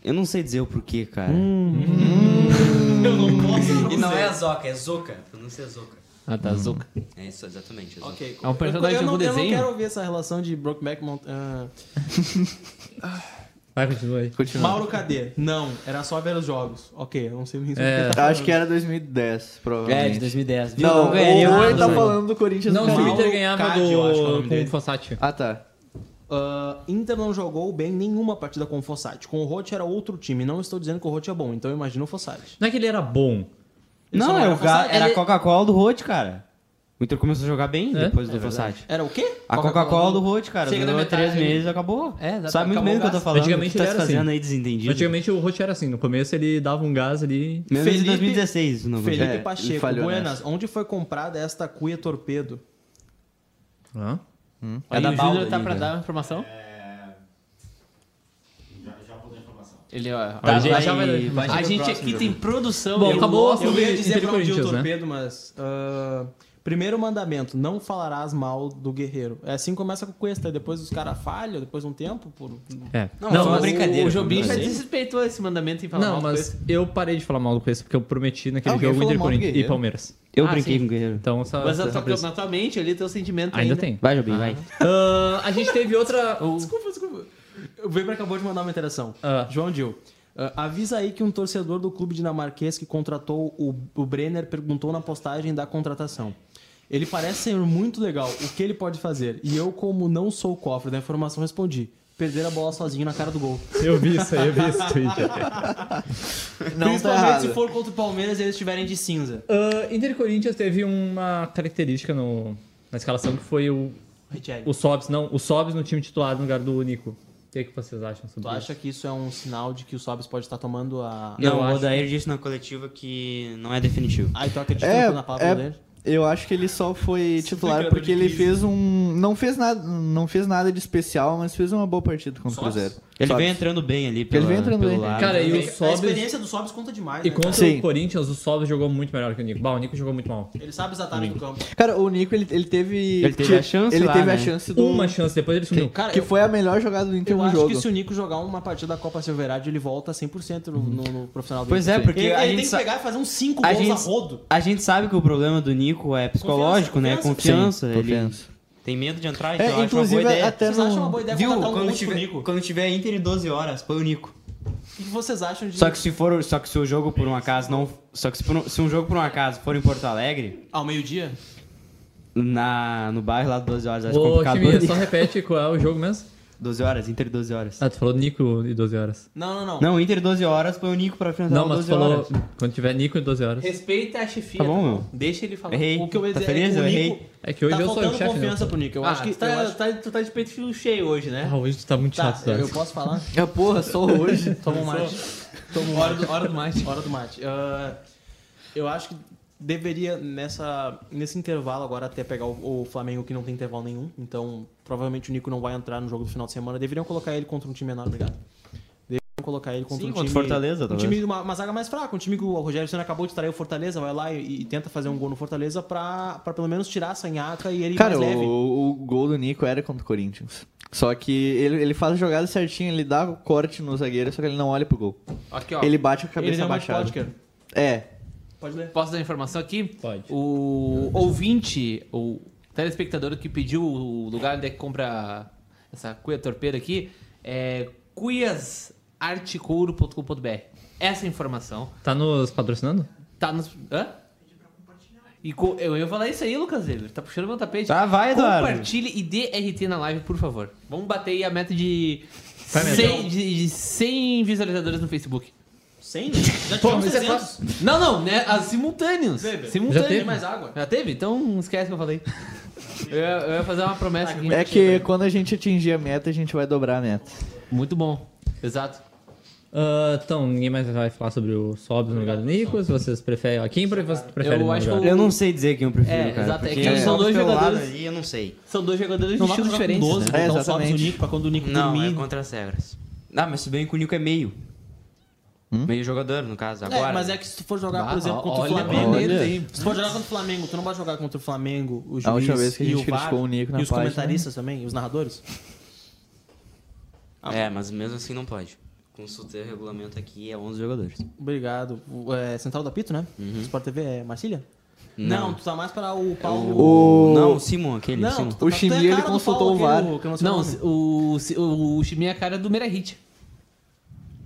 Eu não sei dizer o porquê, cara. Eu não posso. E não é a Zoca, é Zoca. Pronuncia Zoca. Ah, tá, Zoca. É isso, exatamente. Zoca. Ok. É um personagem eu, de eu, não, algum eu desenho? não quero ouvir essa relação de Brokeback Mountain. ah, Vai, continua aí. Continua. Mauro, cadê? Não, era só ver os jogos. Ok, eu não sei nem É. Eu Acho que era 2010, provavelmente. É, de 2010. Viu? Não, ganharia ou nada, ele tá velho. falando do Corinthians Não, do se o Corinthians. Inter ganhava Cade, eu acho que é o do. nome com dele. o Fossati. Ah, tá. Ah, Inter não jogou bem nenhuma partida com o Fossati. Com o Rotti era outro time. Não estou dizendo que o Rotti é bom, então eu imagino o Fossati. Não é que ele era bom. Ele só Não, não era, era o ga- Fossati, era a ele- Coca-Cola do Rote, cara. O Inter começou a jogar bem É? depois do Fossati. Era o quê? A Coca-Cola Coca-Cola do Rote, cara, Chega na durou metade, três meses e acabou. É, exato, Sabe muito acabou bem o do que eu gás. tô falando. Antigamente o que tu ele tá se era fazendo assim. aí desentendido. Antigamente o Rote era assim. No começo ele dava um gás ali. Menos em Felipe- 2016. Não Felipe É, ele Pacheco, falhou Buenas, onde foi comprada esta cuia torpedo? Hã? É Aí da o Balda Júnior tá ainda. pra dar a informação? Ele, ó, Tá, gente, vai, já vai- vai- a gente aqui tem produção. Bom, e acabou o eu- assunto. Eu ia Sobre dizer Inter e pra onde o Corinthians, né? torpedo, mas. ah, primeiro mandamento: não falarás mal do guerreiro. É assim que começa com Cuesta, depois os caras falham, depois de um tempo. Por... É. Não, é uma mas brincadeira. O Jobim já Sim. desrespeitou esse mandamento em falar Não, mal do mas eu parei de falar mal do Cuesta porque eu prometi naquele Alguém jogo falou Inter mal do Corinthians e Guerreiro. Palmeiras. Eu Ah, brinquei sim. com o Guerreiro. Então, só, Mas só a tua, por isso. na tua mente ali, teu é sentimento ainda ainda. né? tem. Vai, Jobim, vai. Ah, a gente teve outra. Desculpa, desculpa. O Weber acabou de mandar uma interação. Ah. João Dil. ah, avisa aí que um torcedor do clube dinamarquês que contratou o, o Brenner perguntou na postagem da contratação. Ele parece ser muito legal, o que ele pode fazer? E eu, como não sou o cofre da informação, respondi: perderam a bola sozinho na cara do gol. Eu vi isso aí, eu vi esse tweet. Não tá Principalmente se errado. for contra o Palmeiras e eles estiverem de cinza. Uh, Inter e Corinthians teve uma característica no- na escalação que foi o, Richelli, o Sobs, não, o Sobs no time titular no lugar do Nico. O que, é que vocês acham sobre tu isso? acha que isso é um sinal de que o Sobis pode estar tomando a... Eu Não, o acho- Odair disse na coletiva que não é definitivo. Ah, então acredita É, na palavra é- dele? Eu acho que ele só foi titular porque ele fez um. Não fez nada, não fez nada de especial, mas fez uma boa partida contra o Cruzeiro. Ele Sabe? vem entrando bem ali pela, Ele vem entrando pelo bem. lado. Cara, e o A Sobs... experiência do Sobis conta demais, E né, contra cara? Sim. o Corinthians, o Sobs jogou muito melhor que o Nico. Bah, o Nico jogou muito mal. Ele sabe exatamente o campo. Cara, o Nico, ele, ele teve. Ele teve a chance Ele lá, teve a né? chance do. Uma chance, depois ele sumiu. Cara, que eu- foi a melhor jogada do Inter um Eu no acho jogo. que se o Nico jogar uma partida da Copa Silverado, ele volta 100% no, no, no profissional do Pois é, Inter. porque ele, a ele gente tem que sa- pegar e fazer uns 5 a gols a gente- rodo. A gente sabe que o problema do Nico é psicológico, Confiança, né? Confiança. Sim, ele confiança. tem medo de entrar, então É, eu acho uma boa inclusive, ideia. até Vocês acham uma no. boa ideia tá Viu? contratar um Quando monte pro tiver, Nico? quando tiver Inter em 12 horas, põe o Nico. O que vocês acham de Só que se for, só que se o jogo por um acaso não, só que se, por um- se um jogo por um acaso for em Porto Alegre, ao meio-dia? na no bairro lá 12 horas, acho Ô, complicado. Chiminha, só repete qual é o jogo mesmo. 12 horas, Inter 12 horas. Ah, tu falou Nico e 12 horas. Não, não, não. Não, Inter 12 horas, põe o Nico pra frente. Não, mas 12 tu falou horas. quando tiver Nico e 12 horas. Respeita a chefia. Tá bom, meu. Deixa ele falar. Errei. O que eu ia tá dizer feliz? é que o eu errei. Nico... É que hoje tá eu sou o faltando chefe, né? confiança pro Nico. Eu Ah, acho que... tu tá, eu acho- tá- tu tá de peito fio cheio hoje, né? Ah, hoje tu tá muito chato, Tá, Zé. eu posso falar? É, porra, só hoje. <laughs> Toma um mate. Hora do, hora do mate. Hora do mate. Ah, eu acho que deveria, nessa, nesse intervalo agora, até pegar o, o Flamengo que não tem intervalo nenhum. Então, provavelmente o Nico não vai entrar no jogo do final de semana. Deveriam colocar ele contra um time menor, obrigado. Deveriam colocar ele contra Sim, um contra time... Fortaleza, Um talvez. time, uma, uma zaga mais fraca. Um time que o Rogério Senna acabou de trair o Fortaleza. Vai lá e, e tenta fazer um gol no Fortaleza pra, pra pelo menos tirar a sanhaca e ele ir Cara, mais leve. o, o gol do Nico era contra o Corinthians. Só que ele, ele faz a jogada certinha, ele dá o corte no zagueiro, só que ele não olha pro gol. Aqui, ó. Ele bate com a Tá. Ele cabeça deu uma de abaixada. Podker. É. Pode ler. Posso dar informação aqui? Pode. O ouvinte, o telespectador que pediu o lugar onde é que compra essa cuia torpedo aqui é cuiasarticouro.com.br. Essa informação Tá nos patrocinando? tá nos. Hã? E co- eu ia falar isso aí, Lucas Ele Tá puxando meu tapete. Tá, vai, Eduardo. Compartilhe e dê RT na live, por favor. Vamos bater aí a meta de Vai, meu 100, de, de 100 visualizadores no Facebook. 100? né? Já tivemos 300. Não, não, né? As simultâneos. Teve. Simultâneos. Já teve? mais água? Já teve? Então esquece que eu falei. Eu ia, eu ia fazer uma promessa aqui. É que quando a gente atingir a meta, a gente vai dobrar a meta. Muito bom. Exato. Ah, então, ninguém mais vai falar sobre o Sobs no lugar do Nico. Se vocês preferem. Quem pre- você prefere Eu no acho lugar? que Eu não sei dizer quem eu prefiro, É, cara. exato, é porque que são dois pelo lado jogadores- ali, eu não sei. São dois jogadores Não de dá pra estilos jogar com diferentes. 12, né? É, então sobes o exatamente. Nico pra quando o Nico Não, dormir. é contra as regras. Ah, mas se bem que o Nico é meio. Meio jogador, no caso, agora. né? É, mas é que se tu for jogar, por Ah, exemplo, contra o olha, Flamengo. né? olha. Se tu for jogar contra o Flamengo, tu não vai jogar contra o Flamengo, o juiz A última vez que a gente e o VAR, criticou o Nico na E os página. né? comentaristas também, e os narradores. É, mas mesmo assim não pode. Consultei o regulamento aqui, é 11 jogadores. Obrigado. O, é, Central da Pito, né? Uhum. Sport TV é Marcília? Não. tu tá mais para É o Paulo... O... Não, o Simon, aquele. Não, Simon. tu tá- O tu é Chimia, cara ele do consultou Paulo, o VAR. aquele, que Tá, eu não sei o Não, nome. o, o, o Chimia é a cara do Meira Hit.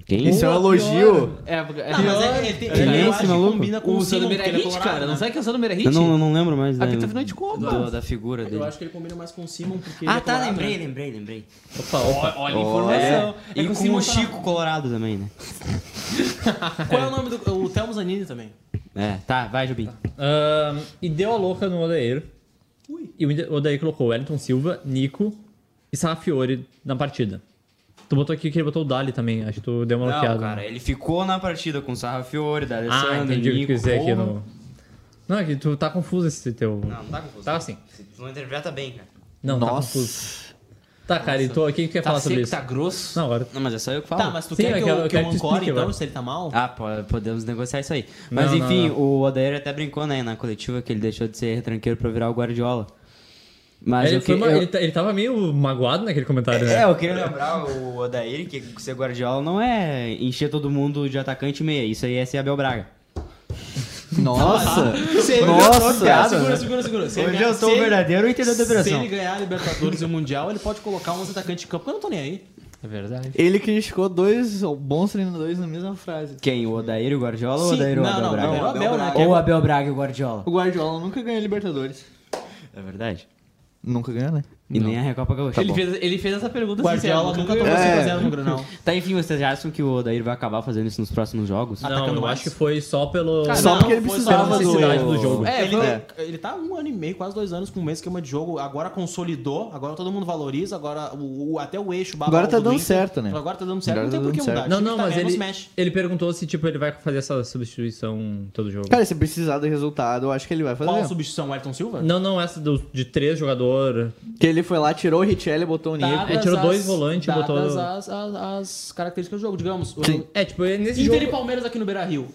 Quem? Isso é um elogio. É, é, Não, mas é, ele tem, Quem é eu esse acho que maluco? combina com o o sou do Simon, Meira porque ele é Hit, colorado, cara. Não né? sabe que eu sou do Meira Hit? Eu não, eu não lembro mais A da- Pita afinal de contas. do- da figura dele. Eu acho que ele combina mais com o Simon, porque ele Ah, é tá, colorado, lembrei, né? lembrei, lembrei. Opa, opa. Olha a informação. É, E que com Simon o tá- Chico Colorado também, né? Qual é o nome do... O Thelmo Zanini também. É, tá, vai, Jobim. Ahn, Ah, e deu a louca no Odair. E o Inde- Odair colocou Wellington Silva, Nico e Sarrafiori na partida. Tu botou aqui que ele botou o Dali também. Acho que tu deu uma Não, bloqueada. né? cara, ele ficou na partida com Sarra Fiore, da Ah, Alessandro, entendi o que tu Nico, quis dizer aqui porra. no... Não, é que tu tá confuso esse teu... Não, não tá confuso. Tá assim. Tu não interpreta bem, cara. Não, tá confuso. Nossa. Tá, cara, então o que tu quer Tá falar sobre seco, isso? tá grosso. Não, agora... Não, mas é só eu que falo. Tá, mas tu Sim, quer eu que quero- eu, eu que eu quero que tu ancore, explique então, agora. se ele tá mal? Ah, po- podemos negociar isso aí. Mas Não, não, enfim, não. o Odair até brincou, né, na coletiva que ele deixou de ser retranqueiro pra virar o Guardiola. Mas ele, eu, que, foi uma- eu- ele, ta- ele tava meio magoado naquele comentário, né? É, eu queria lembrar o Odair que ser Guardiola não é encher todo mundo de atacante e meia. Isso aí é ser Abel Braga. <laughs> Nossa. Nossa, Ah, Segura, segura, segura. Se ele Hoje ganhar- eu sou se o ele- verdadeiro entendedor da Se depressão. ele ganhar a Libertadores e o Mundial, ele pode colocar uns atacantes de campo, porque eu não tô nem aí. É verdade. Ele criticou dois bons treinadores na mesma frase. Quem? O Odair e o Guardiola ou o Sim, Odair e o não, Abel não, Braga? não, o Abel Braga. Ou É o Abel Braga e o Guardiola. O Guardiola nunca ganhou Libertadores. É verdade. Nunca ganhou, né? E nem a Recopa Gaúcha. ele, fez, ele fez essa pergunta Guardiola sincera, é nunca tomou ganhou. 5x0 no Grenal. Tá, enfim, vocês já acham que o Odair vai acabar fazendo isso nos próximos jogos? Não, eu acho que foi só pelo. Cara, Só não, porque ele Ah, foi só pela precisava do... necessidade do jogo. É, ele, foi- É. ele tá um ano e meio, quase dois anos com o mesmo esquema de jogo. Agora consolidou, agora todo mundo valoriza, agora o, o- até o eixo babal Agora tá do dando Inter. certo, né? Agora tá dando certo, Agora não tem tá por que dando mudar. certo. Não, O time não, que tá mas menos ele, mexe. ele perguntou se tipo, ele vai fazer essa substituição todo jogo. Cara, se precisar do resultado, eu acho que ele vai fazer. Qual a substituição? O Ayrton Silva? Não, não, essa do- de três jogador. Que ele foi lá, tirou o Richelli e botou o Tá, Nico. Ele tirou dois volantes e dadas botou- As, as- as características do jogo, digamos. O- Sim. É, tipo, nesse Inter e jogo. Palmeiras aqui no Beira Rio.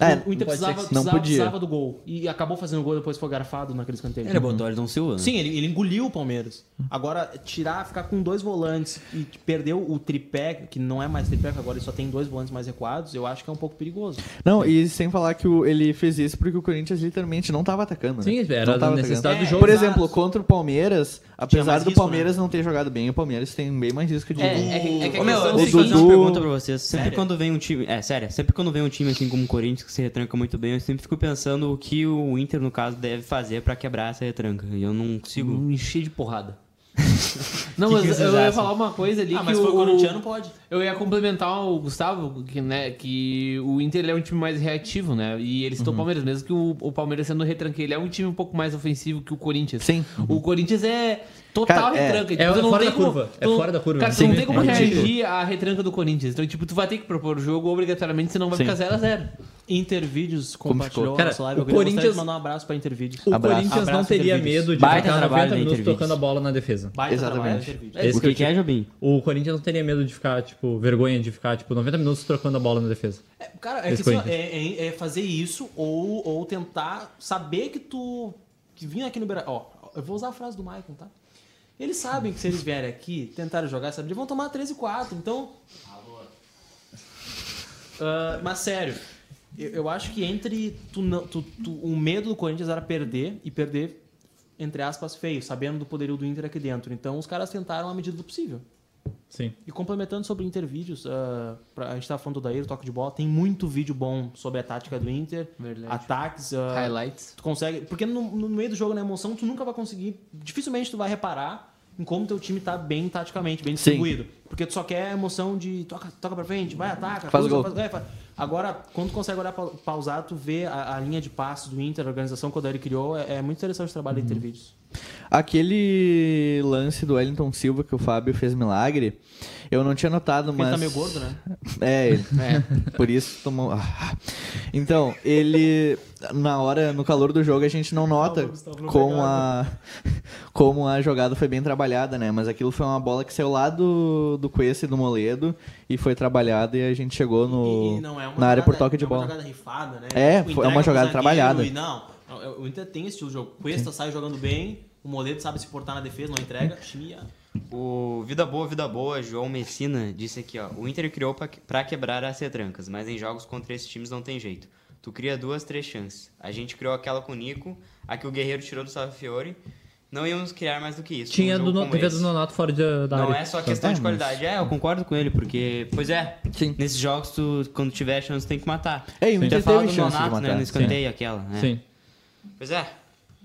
É, o Inter não pode ser precisava, que sim. precisava- Não podia. precisava do gol. E acabou fazendo o gol depois foi garfado naquele escanteio. é Ele botou Ayrton Silva, né? Sim, ele, ele engoliu o Palmeiras. Agora, tirar, ficar com dois volantes e perder o tripé, que não é mais tripé, que agora ele só tem dois volantes mais recuados, eu acho que é um pouco perigoso. Não, e sem falar que o- ele fez isso porque o Corinthians literalmente não tava atacando. né? Sim, Não era tava a necessidade atacando. do É, jogo. Por Exato. exemplo, contra o Palmeiras, apesar mais do risco, né? Palmeiras não ter jogado bem, o Palmeiras tem bem mais risco de. É, é que- é que a Ô, meu, questão é o deixa eu fazer Dudu- uma pergunta pra vocês. Sempre Sério? quando vem um time. É, sério, sempre quando vem um time assim como o Corinthians que se retranca muito bem, eu sempre fico pensando o que o Inter, no caso, deve fazer pra quebrar essa retranca. E eu não consigo. Me enchi de porrada. Não, mas que vocês eu ia acham? falar uma coisa ali Ah, que mas foi o corintiano, pode. Eu ia complementar o Gustavo, que, né, que o Inter ele é um time mais reativo, né? E eles estão o Palmeiras, mesmo que o, o Palmeiras sendo retranque, ele é um time um pouco mais ofensivo que o Corinthians. Sim. O Corinthians é total Cara, é. retranca. tipo, É tu não fora tem da como- curva. É tu- fora da curva. Cara, tu Sim, não tem é como ridículo. reagir à retranca do Corinthians. Então, tipo, tu vai ter que propor o jogo obrigatoriamente, senão vai Sim. ficar 0x0. Intervídeos Como compartilhou ficou? o Cara, nosso live. Eu o queria gostaria Corinthians- de mandar um abraço pra Intervídeos. O Abraço. Corinthians não Abraço, teria Intervídeos. medo de Baita ficar trabalho 90 da minutos Intervídeos. tocando a bola na defesa. Baita trabalho, Exatamente. Intervídeos. É isso o que eu que, que é, Jobim? O Corinthians não teria medo de ficar, tipo, vergonha de ficar, tipo, 90 minutos trocando a bola na defesa. É, Cara, é, que, Esse assim, ó, Corinthians. é- é- é fazer isso ou, ou tentar saber que tu que vinha aqui no Beira... Ó, eu vou usar a frase do Maicon, tá? Eles sabem que se eles vierem aqui, tentarem jogar, sabe? Eles vão tomar 13 e 4, então... Ah, mas sério, eu, eu acho que entre... Tu, não- tu- tu- o medo do Corinthians era perder, e perder, entre aspas, feio, sabendo do poderio do Inter aqui dentro. Então os caras tentaram à medida do possível. Sim. E complementando sobre o Inter vídeos, ah, pra- a gente tava falando do Daíro, toque de bola, tem muito vídeo bom sobre a tática do Inter, Verdade. ataques, ah, Highlights. tu consegue, porque no, no meio do jogo na emoção tu nunca vai conseguir, dificilmente tu vai reparar em como teu time tá bem taticamente, bem distribuído, porque tu só quer a emoção de toca, toca pra frente, vai, ataca, Faz o cruza, gol. é, fa- Agora, quando tu consegue olhar pa- pausado, tu vê a, a linha de passos do Inter, a organização que o Daíro criou, é, é muito interessante o trabalho da Inter vídeos. Aquele lance do Wellington Silva que o Fábio fez milagre, eu não tinha notado, Porque mas. ele tá meio gordo, né? É, <laughs> ele. Por isso tomou. Ah. Então, ele. Na hora, no calor do jogo, a gente não nota como a. <laughs> Como a jogada foi bem trabalhada, né? Mas aquilo foi uma bola que saiu lá do, do Cuesta e do Moledo e foi trabalhada e a gente chegou no, E- e não é uma na área por jogada- toque de não é bola. uma jogada rifada, né? É, Tipo, foi- é entrega uma pro jogada zagueiro trabalhada. E não, o Inter tem esse estilo de jogo. Cuesta sai jogando bem, o Moledo sabe se portar na defesa, não É entrega, time ah, ia- O Vida Boa, Vida Boa, João Messina disse aqui, ó. O Inter criou pra- pra quebrar as retrancas, mas em jogos contra esses times não tem jeito. Tu cria duas, três chances. A gente criou aquela com o Nico, a que o Guerreiro tirou do Salfiore. Não íamos criar mais do que isso. Tinha num do, jogo no- como teve a esse. do Nonato fora de- da área. Tá. Não é só questão de qualidade. É, eu concordo com ele, porque. Pois é, Sim. nesses jogos, tu, quando tiver chance, tem que matar. É, e o Tu Inter já falou teve do chance de Nonato, né? matar. No escanteio, aquela. né? Sim. Pois é.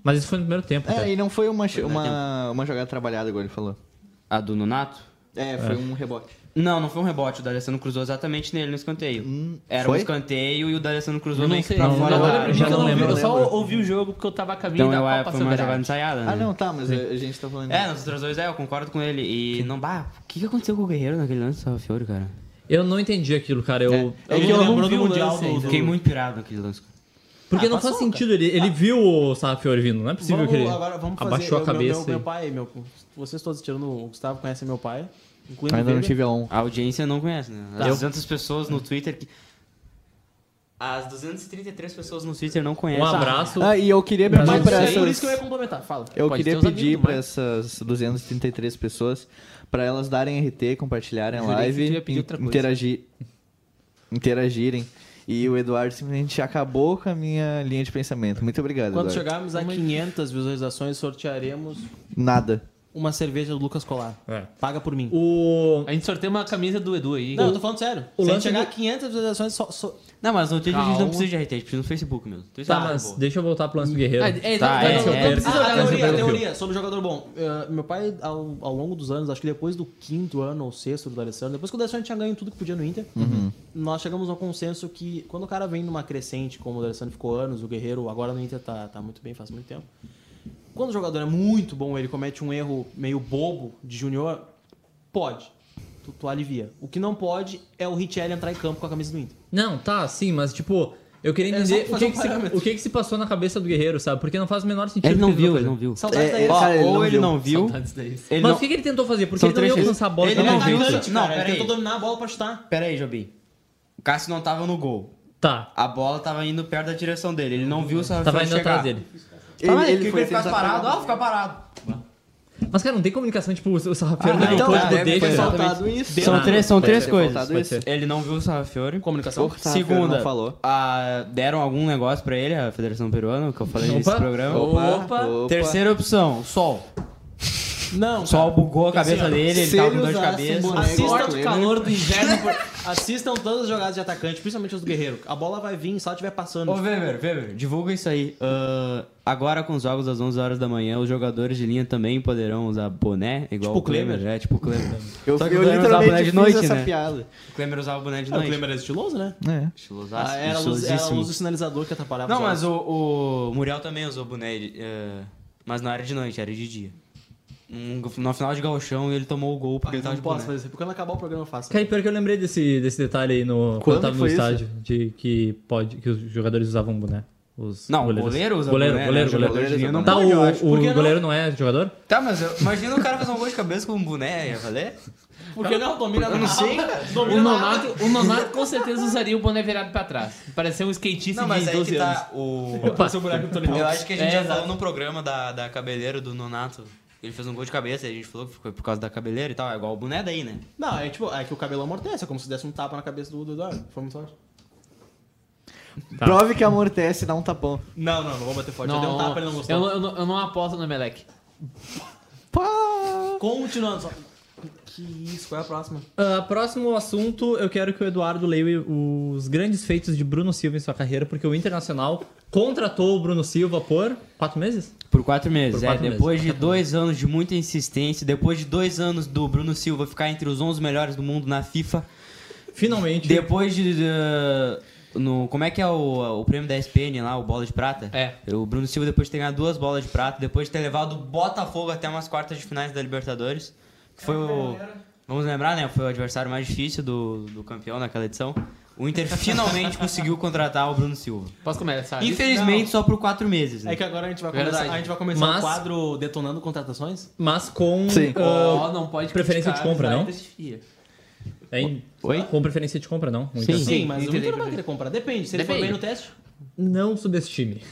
Mas isso foi no primeiro tempo. até. É, e não foi uma, Foi, né, uma, uma jogada trabalhada, igual ele falou. A do Nonato? É, foi um rebote. Não, não foi um rebote. O D'Alessandro cruzou exatamente nele no escanteio. Era Hum, foi? um escanteio e o D'Alessandro cruzou Eu não meio que sei. pra Não, fora. não, da eu área. lembro, já eu, não não lembro. eu só lembro. ouvi o jogo porque eu tava a caminho Então da eu, Copa foi uma jogada Soberana. ensaiada, né? Ah, não, tá, mas a, a gente tá falando. É, nos outros dois, é, eu concordo com ele. E não, bah, o que que aconteceu com o Guerreiro naquele lance do Salfiore, cara? um Eu não entendi aquilo, cara. Eu, É que Ele eu não lembrou vi do o um Mundial lance do- assim, ainda. do- Fiquei muito pirado naquele lance. porque Ah, não faz passou, sentido. Ele, ele viu o Sarrafiori vindo. Não é possível Vamos, que ele agora vamos fazer. abaixou eu- a meu- cabeça. Meu, e- meu pai, meu, vocês todos tirando o Gustavo, conhecem meu pai, incluindo Ainda o não Weber. tive a on. A audiência não conhece, né? As Eu- 200 pessoas no Twitter que... As 233 pessoas no Twitter não conhecem. Um abraço. Ah, e eu queria Mas pedir Mas não pra é essas. por isso que eu ia complementar, fala. Eu Pode ter queria os pedir amigos, é? para essas 233 pessoas para elas darem RT, compartilharem a Jurei que tu live, ia pedir in- outra coisa. interagir, interagirem. E o Eduardo simplesmente acabou com a minha linha de pensamento. Muito obrigado, Quando Eduardo. chegarmos a 500 visualizações, sortearemos Nada. uma cerveja do Lucas Colar. É. Paga por mim. O. A gente sorteia uma camisa do Edu aí. Não, eu tô falando sério. O Se a gente lance chegar do- a 500 visualizações, só, só- Ah, Não, mas no Twitter a gente Calma. não precisa de hashtag, precisa no Facebook mesmo. Twitter Tá, é mas boa. deixa eu voltar pro lance do Guerreiro. Ah, é, Tá, tá, é, não, não, é. não precisa Ah, olhar Ah, a mas um eu teoria, a pego o teoria sobre jogador bom. Eh, meu pai, ao, ao longo dos anos, acho que depois do quinto ano ou sexto do Alessandro, depois que o Alessandro tinha ganho tudo que podia no Inter, Uhum. nós chegamos ao consenso que quando o cara vem numa crescente, como o Alessandro ficou anos, o Guerreiro agora no Inter tá, tá muito bem, faz muito tempo. Quando o jogador é muito bom, ele comete um erro meio bobo de junior, pode. Tu, tu alivia. O que não pode é o Richelli entrar em campo com a camisa do Inter. Não, tá, sim, mas tipo, eu queria É só entender o, fazer que, um que se, parâmetro. o que que se passou na cabeça do Guerreiro, sabe? Porque não faz o menor sentido. Ele o não que viu, vai ele fazer. não viu. Saudades É, da ele. Cara, ele Ó, não ou ele viu. não viu, Saudades deles. ele Mas não... o que, que ele tentou fazer? Porque São ele não três ia vezes. lançar a bola Ele pra não tá frente. viu. atacante, Não, cara, ele peraí. tentou dominar a bola pra chutar. Pera aí, Jobim. O Cássio não tava no gol. Tá, A bola tava indo perto da direção dele. Ele não viu o Sarrafiori tava indo chegar. atrás dele. Ele, Fala aí, ele que foi ele ficasse tentar parado. pegar- Ó, ficar parado. Mas, cara, não tem comunicação, tipo, o Sarrafiori Ah, não então, pode é, tipo, deve deixa ter eu faltado soltar. isso. São Não, três, são pode três ser, coisas. pode pode ser. ser. Ele não viu o Sarrafiori. Comunicação. Porra, Sarrafiori Segunda, não falou. a- deram algum negócio pra ele, a Federação Peruana, que eu falei nesse Opa. programa. Opa. Terceira opção, sol. Não, Sol bugou a cabeça assim, ó, dele, ele se tava ele com dor de usasse cabeça. um boné- Assistam né? Concordo, o calor do <laughs> inverno. por- Assistam todas as jogadas de atacante, principalmente os do Guerreiro. A bola vai vir se ela estiver passando. Ô, Weber, Weber, divulga isso aí. Ah, agora, com os jogos às 11 horas da manhã, os jogadores de linha também poderão usar boné, igual Tipo o Klemer. É, tipo o Klemer. Eu, Só que eu o Klemer usava boné literalmente de fiz noite, essa né? piada. O Klemer usava boné de Ah, o noite. Klemer era estiloso, né? É. Estilosaço, Ah, era, a luz, era a estilosíssimo. luz do sinalizador que atrapalhava Não, os mas jogos. o, o Muriel também usou boné, de- eh, mas não era de noite, era de dia. Um, no final de gauchão, ele tomou o gol porque ele Ah, tava não de posso boné. fazer isso. Porque quando acabar o programa eu faço. Cara, e pior que eu lembrei desse, desse detalhe aí no, Quando quando eu tava no foi isso? estádio, de que, pode, que os jogadores usavam boné. Os Não, o goleiros. goleiro usa goleiro, boné, goleiro, né? goleiro. Jogador de linha não Tá, pode, eu acho. o, Por que o não? goleiro não é jogador? Tá, mas eu- imagina o cara fazer um gol de cabeça com um boné, ia valer? Porque não, domina Eu não <laughs> sei, O Nonato, o Nonato com certeza usaria o boné virado pra trás. Parecia um skatista Não, de mas aí que 12 anos. tá o... buraco Tony Eu acho que a gente É, já exato. falou no programa da, da cabeleira do Nonato. Ele fez um gol de cabeça e a gente falou que foi por causa da cabeleira e tal. É igual o boné daí, né? Não, é tipo, é que o cabelo amortece, é como se desse um tapa na cabeça do do Eduardo. Foi muito forte. Tá. Prove que amortece e dá um tapão. Não, não, não vou bater forte. Não, eu dei um tapa, ele não não, gostou. eu, não- eu não- eu não aposto no Meleque. Pá! Continuando. Só... Que isso, qual é a próxima? Ah, próximo assunto, eu quero que o Eduardo leia os grandes feitos de Bruno Silva em sua carreira, porque o Internacional contratou o Bruno Silva por quatro meses? Por quatro meses, Por é. quatro meses. Depois de dois anos de muita insistência, depois de dois anos do Bruno Silva ficar entre os 11 melhores do mundo na FIFA, Finalmente. depois de... eh, no, como é que é o, o prêmio da SPN lá, o Bola de Prata? É. O Bruno Silva, depois de ter ganhado duas bolas de prata, depois de ter levado o Botafogo até umas quartas de finais da Libertadores, que foi o... Vamos lembrar, né? Foi o adversário mais difícil do, do campeão naquela edição. O Inter <laughs> finalmente conseguiu contratar o Bruno Silva. Posso começar? Infelizmente, só por quatro meses. Né? É que agora a gente vai Verdade. começar, a gente vai começar Mas- o quadro detonando contratações. Mas com. Sim. ah, Ó, não pode preferência de criticar, compra, vai não? desfia. é em- Oi? Com preferência de compra, não? assim. O Inter- Sim, mas o entendi, Inter não vai entendi. querer comprar. Depende, se ele for bem Depende. no teste. Não subestime.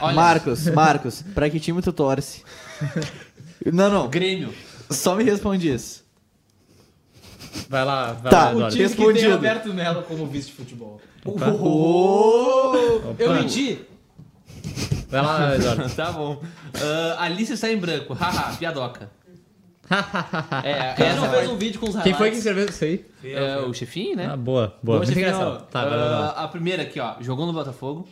Olha, Marcos, Marcos, pra que time tu torce? não, não, Grêmio. só me responde isso. Vai lá, vai Tá. lá, Eduardo. time que tem Respondido. Roberto Melo como vice de futebol. Opa. Eu menti. Vai <laughs> lá, Eduardo. Tá bom. Ah, Alice sai em branco. Haha, piadoca. é, Ele essa não fez um vídeo com os Quem highlights. foi que escreveu isso aí? é o chefinho, né? Ah, boa, boa. Bom, Muito chefinho, engraçado. Tá, vai lá, vai lá. Ah, a primeira aqui, ó. Jogou no Botafogo.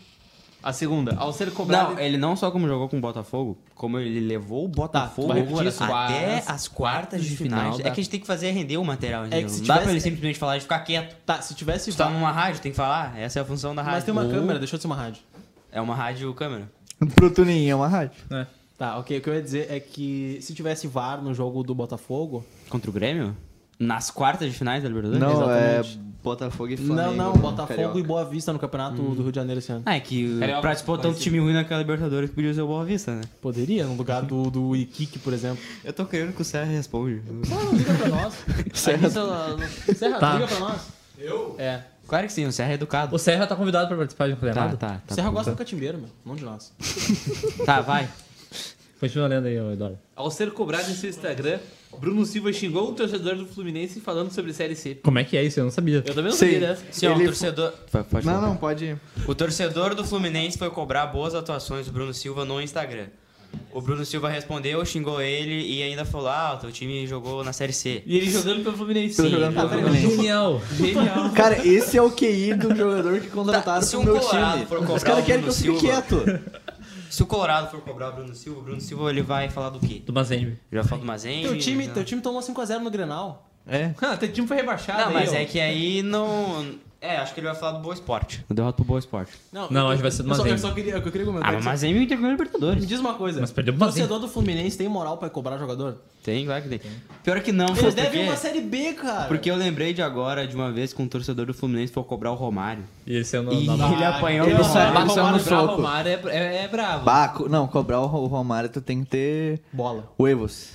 A segunda, ao ser cobrado... Não, é- ele não só como jogou com o Botafogo, como ele levou o Botafogo Tá, tu vai repetir isso? até Quartas- as quartas de de finais. final É da- que a gente tem que fazer render o material. que entendeu? se não dá pra tivesse- ele simplesmente falar e ficar quieto. Tá, se tivesse Tu tá VAR. numa rádio, tem que falar. Essa é a função da rádio. Mas tem uma Ou- câmera, deixou de ser uma rádio. É uma rádio câmera. Pro Tuninho, é uma rádio. É. Tá, ok. O que eu ia dizer é que se tivesse VAR no jogo do Botafogo. Contra o Grêmio? Nas quartas de finais da Libertadores? Não, Exatamente. é Botafogo e Não, Flamengo. né, não, Botafogo Carioca. e Boa Vista no Campeonato do Rio de Janeiro esse ano. Ah, é que Carioca, participou tanto parecido. time ruim naquela Libertadores que podia ser o Boa Vista, né? Poderia, no lugar do, do Iquique, por exemplo. Eu tô querendo que o Serra responda. Não, liga pra nós. Serra, Serra Tá. liga pra nós. Eu? É. Claro que sim, o Serra é Ah. educado. O Serra tá convidado pra participar de um Tá, programa. tá, tá. Serra gosta do catimbeiro, meu. Não de nós. Tá, vai. Continua lendo aí, ô, Eduardo. Ao ser cobrado em seu Instagram, Bruno Silva xingou um torcedor do Fluminense falando sobre Série C. Como é que é isso? Eu não sabia. Eu também não Sim. sei, né? Sim, ó, o Ele- torcedor... Pode Não, falar. não, pode ir. O torcedor do Fluminense foi cobrar boas atuações do Bruno Silva no Instagram. O Bruno Silva respondeu, xingou ele e ainda falou: Ah, o teu time jogou na Série C. E ele jogando pelo Fluminense. Tô jogando pelo Fluminense. Genial. Genial. <laughs> Cara, esse é o QI do jogador que contrataram se pro um meu colorado time. for Os comprar caras o querem que eu Bruno fique Silva. quieto. Se o Colorado for cobrar o Bruno Silva, o Bruno Silva ele vai falar do quê? Do Mazembe. Já falou do Mazen. Teu time, tá já... teu time tomou 5x0 no Grenal. É. Ah, teu time foi rebaixado. Não, aí, mas ó. é que aí não. É, acho que ele vai falar do Boa Esporte. Derrota pro Boa Esporte. Não, eu- acho que vai ser do eu só, eu Mazembe. só queria, eu queria comentar. Ah, mas o Mazen entregou o Me Libertadores. diz uma coisa. Mas perdeu pro Mazembe. torcedor do Fluminense tem moral pra cobrar jogador? Tem, claro que tem. Pior que não, Eles sabe por devem quê? uma Série B, cara. Porque eu lembrei de agora de uma vez que um torcedor do Fluminense foi cobrar o Romário. E é ele sendo E ele apanhou Ele é o saiu- Romário. ele saiu no bravo, soco. Romário é, é, é bravo. Baco, não, cobrar o Ro- o Romário, tu tem que ter Bola. huevos.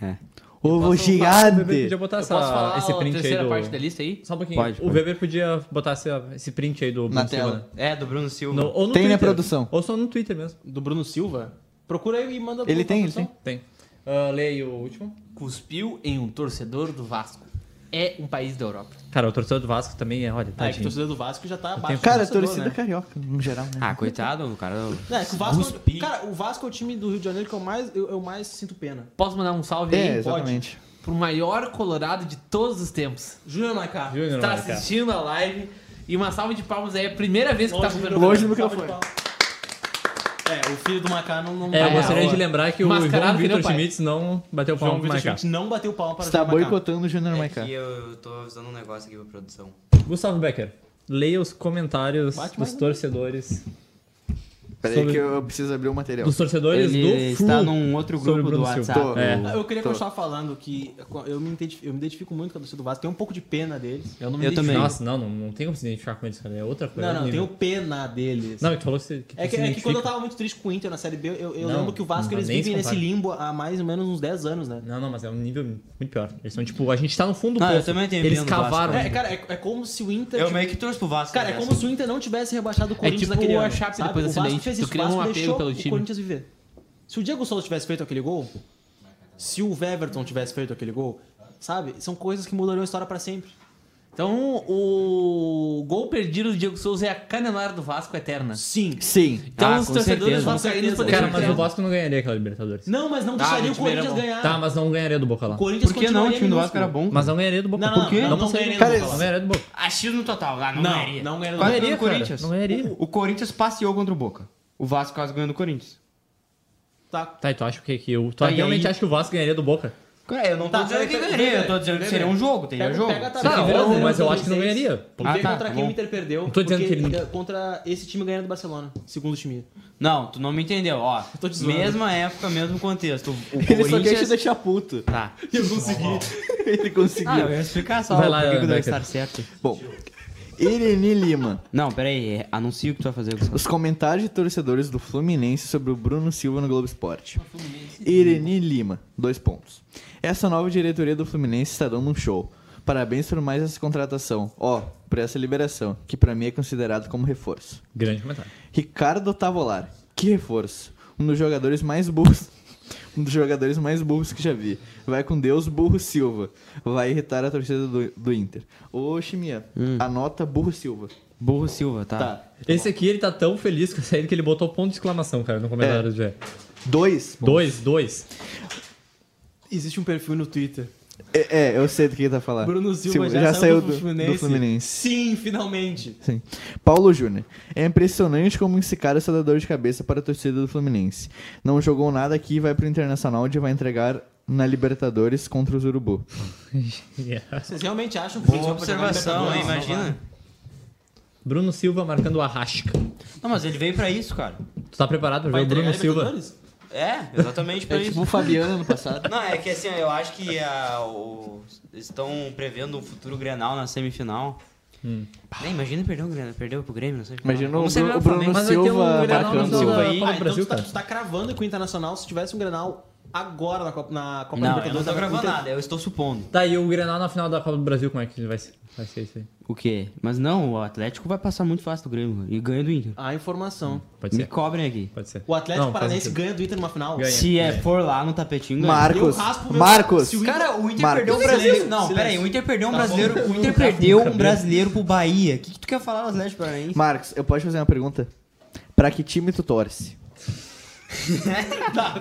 É. Ovo O Weber gigante. podia botar Eu essa, posso Então, falar esse a print aí terceira do... parte da lista aí? Só um pouquinho. Pode, o pode. Weber podia botar essa- esse print aí do Na Bruno tela. Silva, né? É, do Bruno Silva. No- ou no Tem na Twitter. produção. Ou só no Twitter mesmo. Do Bruno Silva? Procura aí e manda pra Ele tem, ele produção. tem. Tem. Ah, Leia aí o último. Cuspiu em um torcedor do Vasco. É um país da Europa. Cara, o torcedor do Vasco também é, olha, Ah, é que o tadinho. torcedor do Vasco já tá abaixo. do Cara, torcedor, torcida <laughs> né? carioca, no geral, né? Ah, coitado, o cara. É, que o Vasco, Cuspi. cara, o Vasco é o time do Rio de Janeiro que eu mais, eu, eu mais sinto pena. Posso mandar um salve é, aí? exatamente. Pode. Pro maior colorado de todos os tempos. Júnior Nacá. Júnior, tá mano, cara. assistindo a live. E uma salva de palmas aí. É a primeira vez que tá com o Longe do Salva de microfone. palmas. É, o filho do Macá não, não É, eu Ah, gostaria olha. de lembrar que o João Mascarado que nem Vitor o pai. Schmitz não bateu o João palmo pro Vitor Maiká. Schmidt não bateu palma para Você tá Júnior Macá. boicotando o Júnior Maiká. É eu, tô avisando um negócio aqui pra produção. Gustavo Becker, leia os comentários Bate mais dos um. torcedores. Peraí Sobre- que eu preciso abrir o material. Dos torcedores Ele do Flu. está num outro sobre o grupo do Bruno Silva. WhatsApp. Tô. É. Eu queria Tô. continuar falando que eu me, identifico, eu me identifico muito com a torcida do Vasco. Tenho um pouco de pena deles. Eu não me Eu identifico. também. Nossa, não, não, não tem como se identificar com eles, cara. É outra coisa. Não, não, eu horrível. tenho pena deles. Não, e tu falou que você. Que É tu que, se é que quando eu identifica. tava muito triste com o Inter na Série B, eu, eu Não, lembro que o Vasco não, eles nem se vivem nesse compara. limbo há mais ou menos uns 10 anos, né? Não, não, mas é um nível muito pior. Eles são tipo, a gente tá no fundo do Não, poço. eu também tenho Eles medo do Vasco, né? cavaram. É, cara, é, é como se o Inter. Eu tivesse- meio que trouxe pro Vasco. Cara, é né? como se o Inter não tivesse rebaixado o Corinthians tipo naquele a ano, Chape sabe? depois do o Vasco acidente, fez tu isso, o cria um Vasco apego deixou pelo o time. Corinthians viver. Se o Diego Souza tivesse feito aquele gol, se o Everton tivesse feito aquele gol, sabe? São coisas que mudariam a história pra sempre. Então, o gol perdido do Diego Souza é a canelada do Vasco eterna. Ah, Sim. Sim. Então, Ah, os com torcedores certeza. vascaínos Com certeza. poderiam Cara, mas ter- o Vasco não ganharia aquela Libertadores. Não, mas não deixaria Ah, o o time era Corinthians bom. ganhar. Tá, mas não ganharia do Boca lá. O Corinthians Por que não? O time do Vasco era bom. né? Mas não ganharia do Boca. Não, não, Por quê? não, não passaria. ganharia do Cara, Boca. Não ganharia do Boca. Achismo no total, ah, não, Não, ganharia. não ganharia do Quase Boca. ganhou do cara. Corinthians. Não ganharia. O Corinthians passeou contra o Boca. O Vasco quase ganhou do Corinthians. Tá. Tá, e tu acha o quê? que eu, tu Tá, e realmente aí? acha que o Vasco ganharia do Boca? Cara, eu não tô Tá, dizendo que peraí, ganharia, peraí, eu tô dizendo que peraí. seria um jogo, teria Pega- jogo. pega a Tá, tabela. óbvio, Olha, mas eu olha, acho que não vocês. ganharia. Porque Ah, tá, contra tá quem o bom. Inter perdeu? Não tô dizendo porque que ele- eh, Contra esse time ganhando do Barcelona, segundo time. Não, tu não me entendeu, ó. tô te zoando. Mesma época, mesmo contexto. O o <laughs> Ele só quer te Corinthians... deixar puto. Tá. Eu consegui. <laughs> Ele conseguiu. Ah, eu ia explicar só Vai o lá, porquê que eu devo Becker. estar certo. Bom, Irene Lima. Não, peraí, é, anuncia o que tu vai fazer. Gustavo. Os comentários de torcedores do Fluminense sobre o Bruno Silva no Globo Esporte. Irene Lima, dois pontos. Essa nova diretoria do Fluminense está dando um show. Parabéns por mais essa contratação. Ó, por essa liberação, que pra mim é considerado como reforço. Grande comentário. Ricardo Tavolar, que reforço. Um dos jogadores mais burros. Um dos jogadores mais burros que já vi. Vai com Deus, burro Silva. Vai irritar a torcida do, do Inter. Ô, Chimia, anota burro Silva. Burro Silva, tá? Tá. Esse aqui, ele tá tão feliz com a saída que ele botou ponto de exclamação, cara, no comentário do Gé. Dois. Dois, dois. <laughs> Existe um perfil no Twitter. É, é, eu sei do que ele tá falando. Bruno Silva já, saiu do Fluminense. Sim, finalmente. Sim. Paulo Júnior. É impressionante como esse cara está dor de cabeça para a torcida do Fluminense. Não jogou nada aqui, vai pro Internacional onde vai entregar na Libertadores contra os Urubu. Yeah. Vocês realmente acham que eles Boa vão pra jogar observação, hein, Libertadores? imagina. Bruno Silva marcando a rasca. Não, mas ele veio pra isso, cara. Tu tá preparado pra Vai ver o entregar Bruno Silva? Libertadores? <laughs> É, exatamente pra É isso. tipo o Fabiano no passado. Não, é que assim, eu acho que ah, o- estão prevendo um futuro Grenal na semifinal. Hum. Nem imagina perder o Grenal, perdeu pro Grêmio, não sei. Imagina o, Vamos Bru- ver o o Bruno Flamengo. Mas vai ter um Silva Grenal marcando. no Silva. Silva aí. Copa Ah, então do Brasil, tu, tá, cara. tu tá cravando que o Internacional, se tivesse um Grenal agora na Copa, na Copa Não, eu Libertadores... não tô tava com o gravando Inter- nada, eu estou supondo. Tá, e o Grenal na final da Copa do Brasil, como é que vai ser, vai ser isso aí? O quê? Mas não, o Atlético vai passar muito fácil do Grêmio e ganha do Inter. A informação. Pode Me ser? cobrem aqui. Pode ser. O Atlético Não, faz Paranaense sentido. ganha do Inter numa final. Ganha. Se é for lá no tapetinho, ganha. Marcos. Eu raspo meu- Marcos. Se o Cara, o Inter Marcos. perdeu um brasileiro. Silêncio, Não, silêncio. peraí, o Inter perdeu um Tá brasileiro. O Inter perdeu um brasileiro pro Bahia. O que, que tu quer falar do Atlético Paranaense? Marcos, eu posso te fazer uma pergunta? Pra que time tu torce?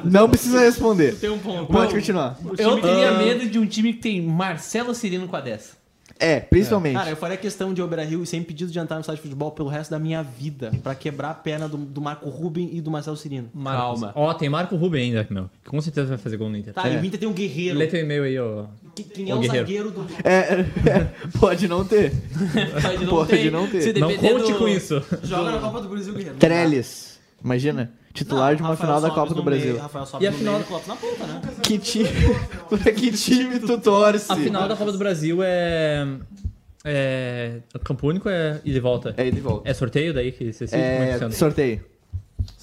Não precisa responder. Tem um ponto. Pode continuar. Eu teria Ah. medo de um time que tem Marcelo Cirino com a 10. É, principalmente. Cara, eu faria questão de Oberá Rio e sem pedido de entrar no estádio de futebol pelo resto da minha vida, pra quebrar a perna do, do Marco Ruben e do Marcelo Cirino. Marcos. Calma. Ó, tem Marco Ruben ainda, meu. Que com certeza vai fazer gol no Inter. Tá, e o Inter tem um guerreiro. Lê teu e-mail aí, ó. Que- Quem é Um O o Guerreiro. zagueiro do. É, é, pode não ter. Pode não <laughs> Pode ter. não ter. Se Não depender conte do- com isso. Joga na Copa do Brasil, guerreiro. Trellis. Imagina. Não, Titular de uma Rafael final da Sobis Copa do no Brasil. Meio, Rafael Sobis E a no final- meio, Klopp na ponta, né? Que time. <laughs> pra que time tu torce? A final da Copa do Brasil é. É. Campo Único é ida e volta. É ida e volta. É sorteio daí que você sabe como é que É, funciona? sorteio.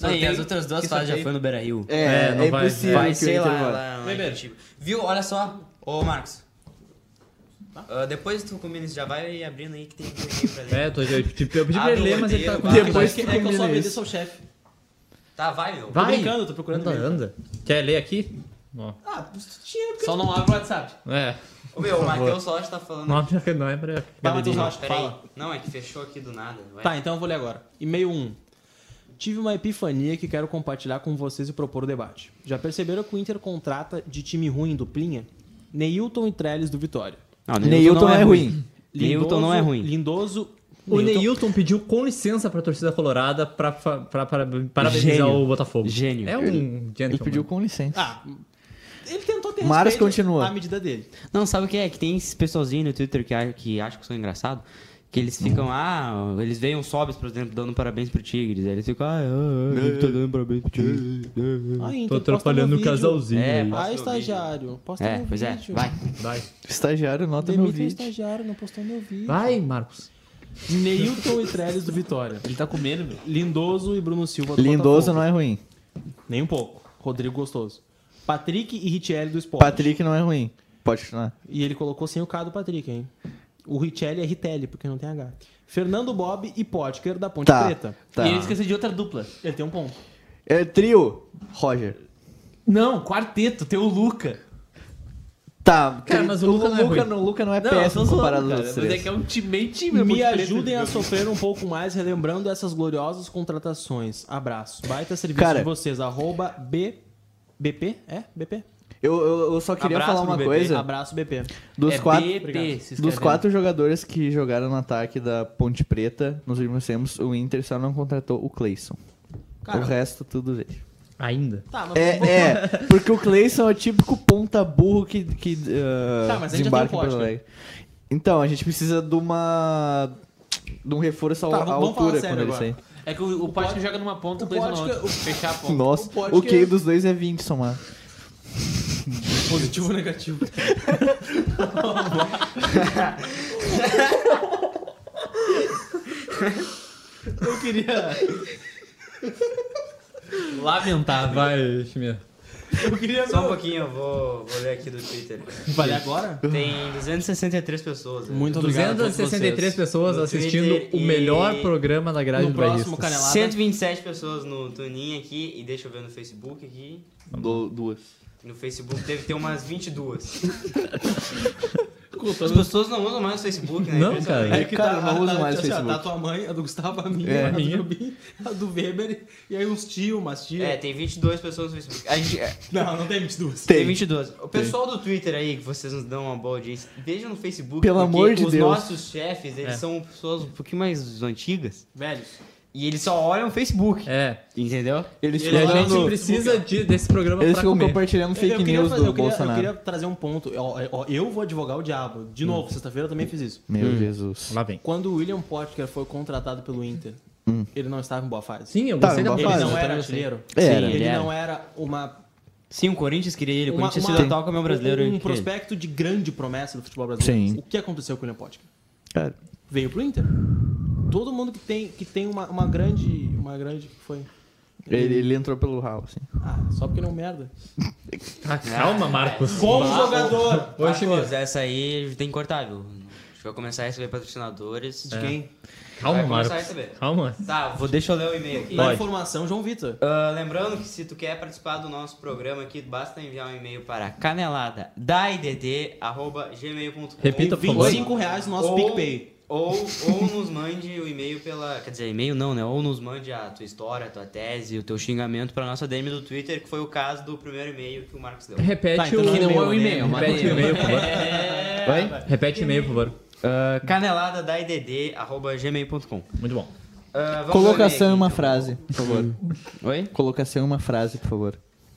Não, e as outras duas fases já foi no Beira Rio. É, É, não é vai- impossível Vai, que o sei Inter lá, vá. lá, lá em Curitiba. Viu? Olha só. Ô, Marcos. Tá. Ah, depois tu combina isso, já vai abrindo aí que tem aqui pra ler. É, eu, tô, eu, tipo, eu pedi pra Ah, ele do ler, mas ele tá roteiro, com. vai. Depois é que, tu é que eu só combina obedeço isso. ao chefe. Tá, vai, meu. Vai! brincando, eu tô procurando Anda, mesmo. anda. Quer ler aqui? Ó. Ah, tinha porque. Só não abre o WhatsApp. É. Ô, meu, o Matheus Rocha tá falando. Não, não é pra. Vai, Matheus Rocha, Pera fala. aí. Não, é que fechou aqui do nada. vai. Tá, então eu vou ler agora. E-mail 1. Tive uma epifania que quero compartilhar com vocês e propor o debate. Já perceberam que o Inter contrata de time ruim em duplinha? Neilton e Trellis do Vitória. Não, Neilton é ruim. Neilton não é ruim. Lindoso. O Neilton pediu com licença pra torcida colorada pra, fa- pra- pra- parabenizar Gênio. o Botafogo. Gênio. É um gentleman. Ele pediu com licença. Ah, ele tentou ter Maras respeito continua. à medida dele. Não, sabe o que é? Que tem esses pessoalzinhos no Twitter que, a- que acham que são engraçados. Que eles ficam, ah, eles veem os sobes, por exemplo, dando parabéns pro Tigres. Aí eles ficam, ah, ah, ah, ele tá dando parabéns pro Tigres. Ah, Ai, Tô então posta atrapalhando meu o vídeo. casalzinho. É, aí. pá. Ah, estagiário, posta ah. É, meu pois é, vídeo. vai. Vai. Estagiário, nota meu Demita o vídeo. estagiário, não postou meu vídeo. Vai, Marcos. Neilton e Trellis do Vitória. Ele tá comendo, meu. Lindoso e Bruno Silva do Lindoso Botafogo. não é ruim. Nem um pouco. Rodrigo Gostoso. Patrick e Richelli do Sport. Patrick não é ruim. Pode continuar. E ele colocou sem o K do Patrick, hein? O Richelli é Ritelli, porque não tem H. Fernando Bob e Potker da Ponte Tá. Preta. tá. E ele esqueceu de outra dupla. Ele tem um ponto. É, trio. Roger. Não, quarteto, tem o Luca. Tá, Cara, tri- mas o Luca não é ruim. não, o Luca não é Não, eu tô péssimo zoando, comparado aos cara, outros Mas é três. que é um time meio time. é Me muito preto. ajudem a sofrer um pouco mais, relembrando essas gloriosas contratações. Abraço. Baita serviço Cara. de vocês. Arroba B... BP? É? BP? Eu, eu, eu só queria Abraço falar pro uma bebê. coisa. Abraço, BP. Dos É quatro. BP, Obrigado. se Dos escreve. quatro jogadores que jogaram no ataque da Ponte Preta nos últimos tempos, o Inter só não contratou o Cleison. O Cara, resto tudo veio. Ainda. tá, mas... É, é, porque o Cleison é o típico ponta burro que, que uh, Tá, mas a gente já desembarca tem em o Porto Potker. Alegre. Então, a gente precisa de uma. de um reforço à Tá, à vamos falar altura sério quando ele agora. sair. É que o, o Potker joga numa ponta, o o Cleiton na Potker- outra. Fechar a ponta. Nossa, Potker- o QI dos dois é 20 somar. Positivo ou negativo? Eu queria... Lamentável. Vai, Chimia. Eu queria... <laughs> Só um pouquinho, eu vou, vou ler aqui do Twitter. Vale agora? <laughs> Tem 263 pessoas. né? Muito obrigado. a todos 263 vocês. pessoas No assistindo Twitter o melhor e- programa da grade No do próximo Barrista. canelada. 127 pessoas no Tuninho aqui, e deixa eu ver no Facebook aqui. duas. No Facebook deve ter umas <laughs> 22. As pessoas não usam mais o Facebook, né? Não, Impressionante. cara. É que cara, eu não uso mais assim, o ó, Facebook. Tá a tua mãe, a do Gustavo, a minha, É. a do Minha. Jobim, a do Weber, e aí uns tio, umas tias. É, tem 22 pessoas no Facebook. A gente, é, Não, não tem 22. tem. Tem. 22. O pessoal do Twitter aí, que vocês nos dão uma boa audiência, vejam no Facebook. Pelo porque amor de os Deus. nossos chefes, É. eles são pessoas um pouquinho mais antigas. Velhos. E eles só olham o Facebook. É. Entendeu? Eles E a ficam gente dando- precisa de- desse programa Eles pra ficam comer. compartilhando eu fake queria news fazer- do eu queria- Bolsonaro. Hum. Eu queria trazer um ponto. Ó, ó, Eu vou advogar o diabo. De novo, sexta-feira eu também fiz isso. Meu Jesus. Lá vem. Quando o William Potker foi contratado pelo Inter, ele não estava em boa fase. Sim, eu Tá, gostei da Hum. boa Ele fase. É, não Eu era também gostei. artilheiro. Era. assim. Ele Ele era. não era uma... Sim, o Corinthians queria ele. é O uma, Corinthians uma- se ainda toca o meu brasileiro. é Um, ele um queria ele. prospecto de grande promessa do futebol brasileiro. Sim. O que aconteceu com o William Potker? Cara, veio pro Inter. Todo mundo que tem, que tem uma, uma grande. Uma grande. que Foi. ele, ele entrou pelo ralo, assim. Ah, só porque não é um merda. Ah, calma, Marcos. Como jogador! Oi, Chimia. Marcos, essa aí tem que cortar, viu? A gente vai começar a receber patrocinadores. É. De quem? Calma, Vai começar a Marcos. receber. Calma. Tá, vou, deixa eu ler o e-mail aqui. Na Pode. informação, João Vitor. Ah, lembrando que se tu quer participar do nosso programa aqui, basta enviar um e-mail para canelada canelada.daidd.gmail.com Repita, por favor. 25 reais no nosso Ou- PicPay. Ou, ou nos mande o e-mail pela. Quer dizer, e-mail não, né? Ou nos mande a tua história, a tua tese, o teu xingamento pra nossa DM do Twitter, que foi o caso do primeiro e-mail que o Marcos deu. Repete Tá, então o. não Que não é o né? e-mail, mas Repete o e-mail, por favor. <laughs> É. Oi? Repete o e-mail, por favor. Uh, canelada da IDD, arroba gmail.com. Muito bom. Ah, Colocação em uma então. frase, então. por favor. Oi? Colocação em uma frase, por favor.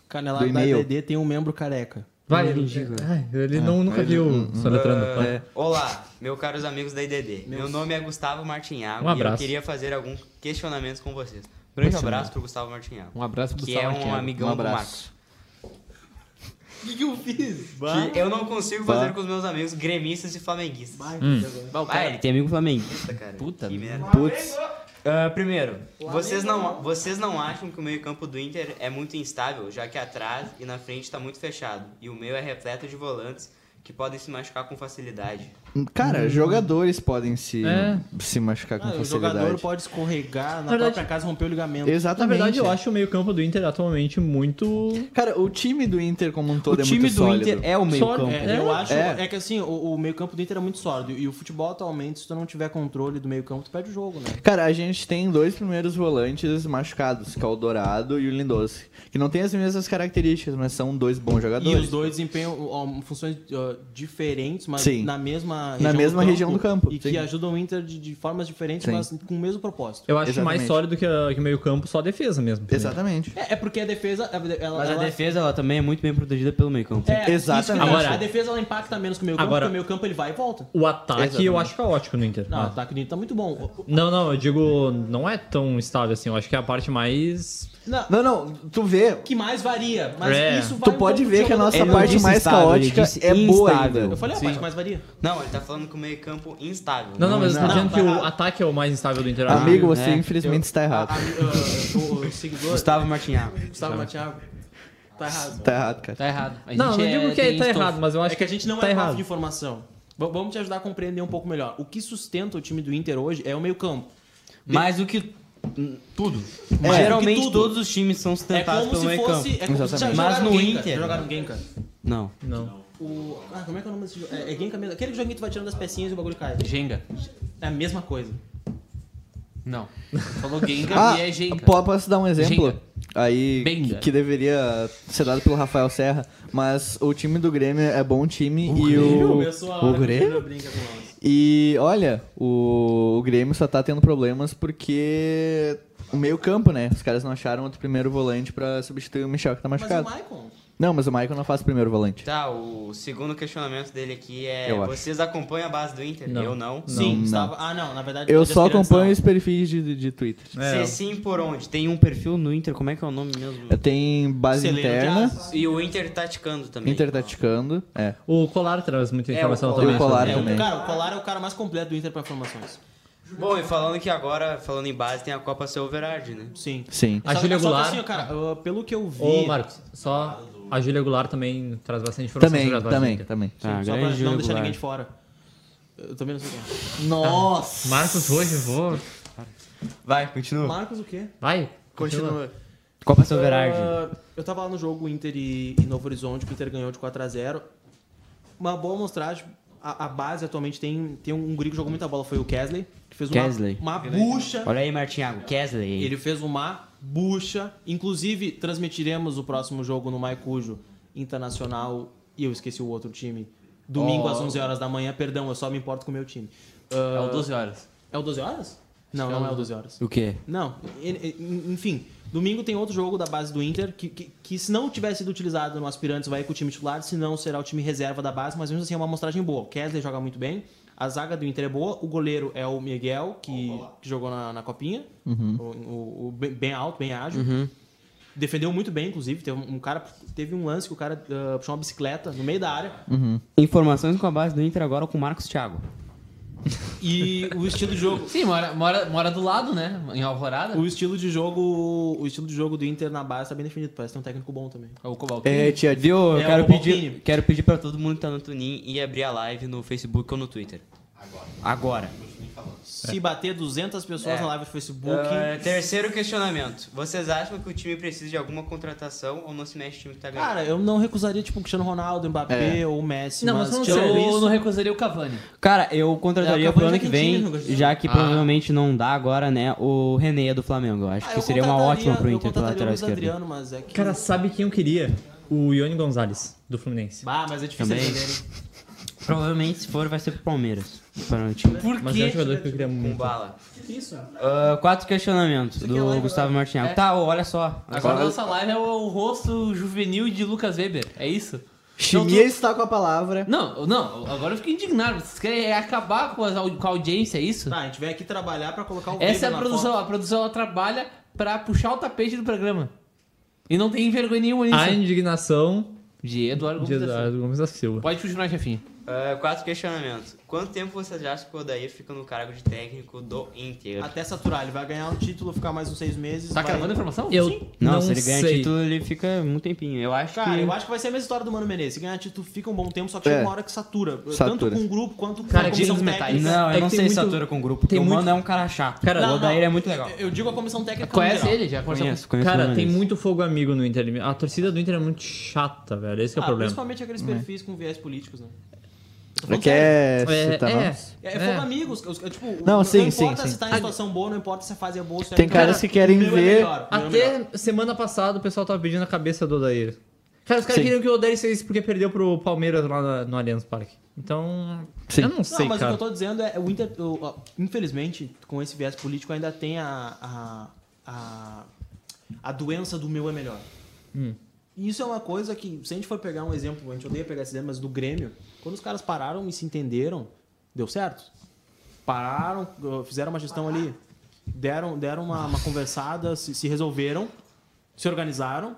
Canelada Do da e-mail. DD tem um membro careca. Vai, ele, Ai, Ah, ele não, nunca viu soletrando. é, Uh, Olá, meus caros amigos da IDD. Meu nome é Gustavo Martinhago Um e eu abraço. queria fazer alguns questionamentos com vocês. Um Grande abraço pro Gustavo Martinhago, Um abraço pro que Gustavo é um Arquero. amigão Um do abraço. Marcos. Hum. O que que eu fiz? eu não consigo fazer com os meus amigos gremistas e flamenguistas. Hum. Bah, o Ah, cara- ele tem amigo flamenguista, cara. Puta que merda. Putz. Ah, primeiro, vocês não, vocês não acham que o meio-campo do Inter é muito instável, já que atrás e na frente tá muito fechado, e o meio é repleto de volantes que podem se machucar com facilidade. Cara, jogadores podem se, É. se machucar com Ah, o facilidade. jogador pode escorregar na, Na verdade- própria casa e romper o ligamento. Na Exatamente. verdade, eu acho o meio-campo do Inter atualmente muito. Cara, o time do Inter como um O todo é time muito do sólido. Inter é o meio Sólido. campo. É, É, eu acho. é. É, que assim, o, o meio-campo do Inter é muito sólido. E o futebol atualmente, se tu não tiver controle do meio-campo, tu perde o jogo, né? Cara, a gente tem dois primeiros volantes machucados, que é o Dourado e o Lindoso, que não tem as mesmas características, mas são dois bons E jogadores. os dois desempenham ó, funções ó, diferentes, mas Sim. na mesma Na mesma região do campo, E sim. que ajudam o Inter de, de formas diferentes, Sim. mas com o mesmo propósito. Eu acho Exatamente. mais sólido que, a- que o meio-campo, só a defesa mesmo. pra mim. Exatamente. É, é porque a defesa. Ela, ela- Mas a ela- defesa ela também é muito bem protegida pelo meio campo. É, Exatamente. isso que eu acho. Agora- a defesa ela impacta menos que o meio campo, Agora- porque o meio campo ele vai e volta. O ataque eu Exatamente. acho caótico no Inter. Não, o Ah. ataque do Inter tá muito bom. O- o- Não, não, eu digo, não é tão estável assim. Eu acho que é a parte mais. não, Não, não, tu vê, que mais varia, mas É. isso vai tu um pode pouco ver do que a jogador. nossa Ele não parte disse mais estável, ele caótica disse é boa instável. ainda. Eu falei, a parte que mais varia. Não, ele tá falando que o meio-campo instável. né? Não, não, mas eu tô não. dizendo que o Parado. ataque é o mais instável do Inter. eu acho. Amigo, você é. infelizmente está errado. A- a- a- o, o seguidor, Gustavo, Gustavo Martinhago. Thiago, tá errado. Tá errado, cara. Tá errado. A Não, gente não é- digo que tem ele tá estofo. errado, mas eu acho É que a gente não tá é errado. errado. de informação. V- vamos te ajudar a compreender um pouco melhor. O que sustenta o time do Inter hoje é o meio-campo. Mas o que. Tudo. Mas Geralmente o que tudo- todos os times são É sustentados como pelo se meio fosse. campo. É como se Exatamente. Mas no Genka, Inter- Já jogaram Genka. Não. Não. O... Ah, como é que é o nome desse jogo? É, é Genka mesmo. Aquele joguinho que tu vai tirando as pecinhas e o bagulho cai. Jenga. É a mesma coisa. <laughs> Não. Falou Genga Ah, e é Genga. po- posso dar um exemplo? Jenga. Aí, que, Benga. que deveria ser dado pelo Rafael Serra, mas o time do Grêmio é bom time e Começou a o... hora O que Grêmio? Não brinca com nós. E olha, o, o Grêmio só tá tendo problemas porque o meio-campo, né? Os caras não acharam outro primeiro volante pra substituir o Michel que tá Mas o machucado. Maicon. Não, mas o Michael não faz primeiro volante. Tá, o segundo questionamento dele aqui é: Eu acho. vocês acompanham a base do Inter? Não. Eu não. Sim, não. estava. Ah, não, na verdade. Eu foi de só aspiração. acompanho os perfis de, de Twitter. É. Se sim, por onde? Tem um perfil no Inter, como é que é o nome mesmo? Tem base Celeiro de interna, asas. E o Inter tá taticando também. Inter taticando. É. O Colar traz muita informação o também. Colar. sobre- Claro É, também. o, cara, o Colar é o cara mais completo do Inter pra informações. Bom, e falando que agora, falando em base, tem a Copa Silverard, né? Sim. Sim. A Só- Júlia só que Goulart. assim, ó, cara, eu- pelo que eu vi. Ô, Marcos, só a Júlia Goulart também traz bastante informação Também, sobre as bases do também, Inter. também. Sim, Tá, Ah, só pra não grande deixar Goulart. ninguém de fora. Eu também não sei quem. é. Nossa! Marcos, hoje vou. Vai, continua. Marcos o quê? Vai. Continua. Copa Silverard. Ah, eu tava lá no jogo Inter e, e Novo Horizonte, que o Inter ganhou de 4x0. Uma boa amostragem. A, a base atualmente tem, tem um guri que jogou muita bola, foi o Kesley, que fez uma, Kesley. uma bucha. Olha aí, Martinhago, Kesley. Ele fez uma bucha. Inclusive, transmitiremos o próximo jogo no Maicujo Internacional. E eu esqueci o outro time. Domingo às 11 horas da manhã. Perdão, eu só me importo com o meu time. É o Ah, 12 horas. é o 12 horas? Não, não é o 12 horas. O quê? Não, en- en- enfim. Domingo tem outro jogo da base do Inter que, que, que se não tivesse sido utilizado no Aspirantes vai ir com o time titular, se não será o time reserva da base, mas mesmo assim é uma amostragem boa. O Kesley joga muito bem, a zaga do Inter é boa, o goleiro é o Miguel, que, que jogou na, na Copinha, o, o- o bem, bem alto, bem ágil. Defendeu muito bem, inclusive. Teve um, um cara teve um lance que o cara ah, puxou uma bicicleta no meio da área. Informações com a base do Inter agora com o Marcos Thiago. E o estilo de jogo. Sim, mora, mora, mora do lado, né? Em Alvorada. O estilo de jogo. O estilo de jogo do Inter na base tá bem definido. Parece ter um técnico bom também. O Cobaltini. É, tia, viu? Eu É, quero, o pedir, Boquinho. quero pedir pra Um Todo mundo que tá no Tunin e abrir a live no Facebook ou no Twitter. Agora. Agora. Se bater 200 pessoas É. na live do Facebook, Então, é, Ah, terceiro questionamento. Vocês acham que o time precisa de alguma contratação ou não se mexe o time que tá ganhando? cara, eu não recusaria, tipo, o Cristiano Ronaldo, o Mbappé ou o Messi. Não, mas mas falando tirando sério, isso- Eu não recusaria o Cavani. Cara, eu contrataria É, o pro Cavani ano já que tem vem, time, Lucas. já que provavelmente não dá agora, né? O René do Flamengo. Eu acho Ah, que eu seria uma contrataria- ótima pro eu Inter, pro contrataria lateral o Luiz esquerdo. Adriano, mas é que... Cara, sabe quem eu queria? O Ione Gonzalez, do Fluminense. Bah, mas é difícil Também. defender, hein? Provavelmente, se for, vai ser pro Palmeiras. Para o time. Por Mas é um quê? jogador que eu queria Com muito. bala. Ah, quatro questionamentos do Gustavo É. Martinhago. Tá, ô, olha só. Agora a nossa live é o, o rosto juvenil de Lucas Weber. É isso? Chimia está com a É. palavra. Não, não, agora eu fiquei indignado. Vocês querem acabar com, as au- com a audiência, é isso? Tá, a gente vem aqui trabalhar pra colocar o Weber Essa é a na produção. foto. A produção ela trabalha pra puxar o tapete do programa. E não tem vergonha nenhuma nisso. A indignação De Eduardo de Gomes da Silva. assim. Eduardo Gomes da Silva. Pode continuar, chefinho. Ah, quarto questionamento. Quanto tempo vocês acham que o Odair fica no um cargo de técnico do Inter? Até saturar, ele vai ganhar um título, ficar mais uns seis meses. Tá vai- gravando a informação? Eu Não, não, se ele ganhar sei. título, ele fica um tempinho. Eu acho Cara, que... eu acho que vai ser a mesma história do Mano Menezes. Se ganhar título, fica um bom tempo, só que chega É. uma hora que satura. Tanto Satura. com o grupo quanto com Cara, a comissão diga os técnica. metais. Não, É eu que não tem sei se muito- satura com o grupo, porque tem o Mano muito- é um cara chato. Cara, o não, Odair é muito legal. Eu digo a comissão técnica. Conhece no geral. ele? Já conversou Conheço, conheço o Cara, Mano tem Menezes. muito fogo amigo no Inter. A torcida do Inter é muito chata, velho. Esse que é o Ah, problema. Principalmente aqueles perfis com viés políticos, né? Eu tô Não falando sério. quer citar é, nomes? É, é fogo amigos. os- é, tipo, Não, não, sim, importa sim, se sim. tá em situação boa, não importa se a fase é boa. Se Tem é caras que querem o meu é ver- melhor, o meu é melhor. Até semana passada o pessoal tava pedindo a cabeça do Odair. Cara, os caras Sim. queriam que o Odair saísse porque perdeu pro Palmeiras lá na- no Allianz Parque. Então, Sim. eu não Não, sei, mas cara. o que eu tô dizendo é, o Inter, o- ó, infelizmente, com esse viés político ainda tem a a, a, a doença do meu é melhor. Hum. E isso é uma coisa que, se a gente for pegar um exemplo, a gente odeia pegar esse exemplo, mas do Grêmio, quando os caras pararam e se entenderam, deu certo. Pararam, fizeram uma gestão ali, deram, deram uma, uma conversada, se, se resolveram, se organizaram,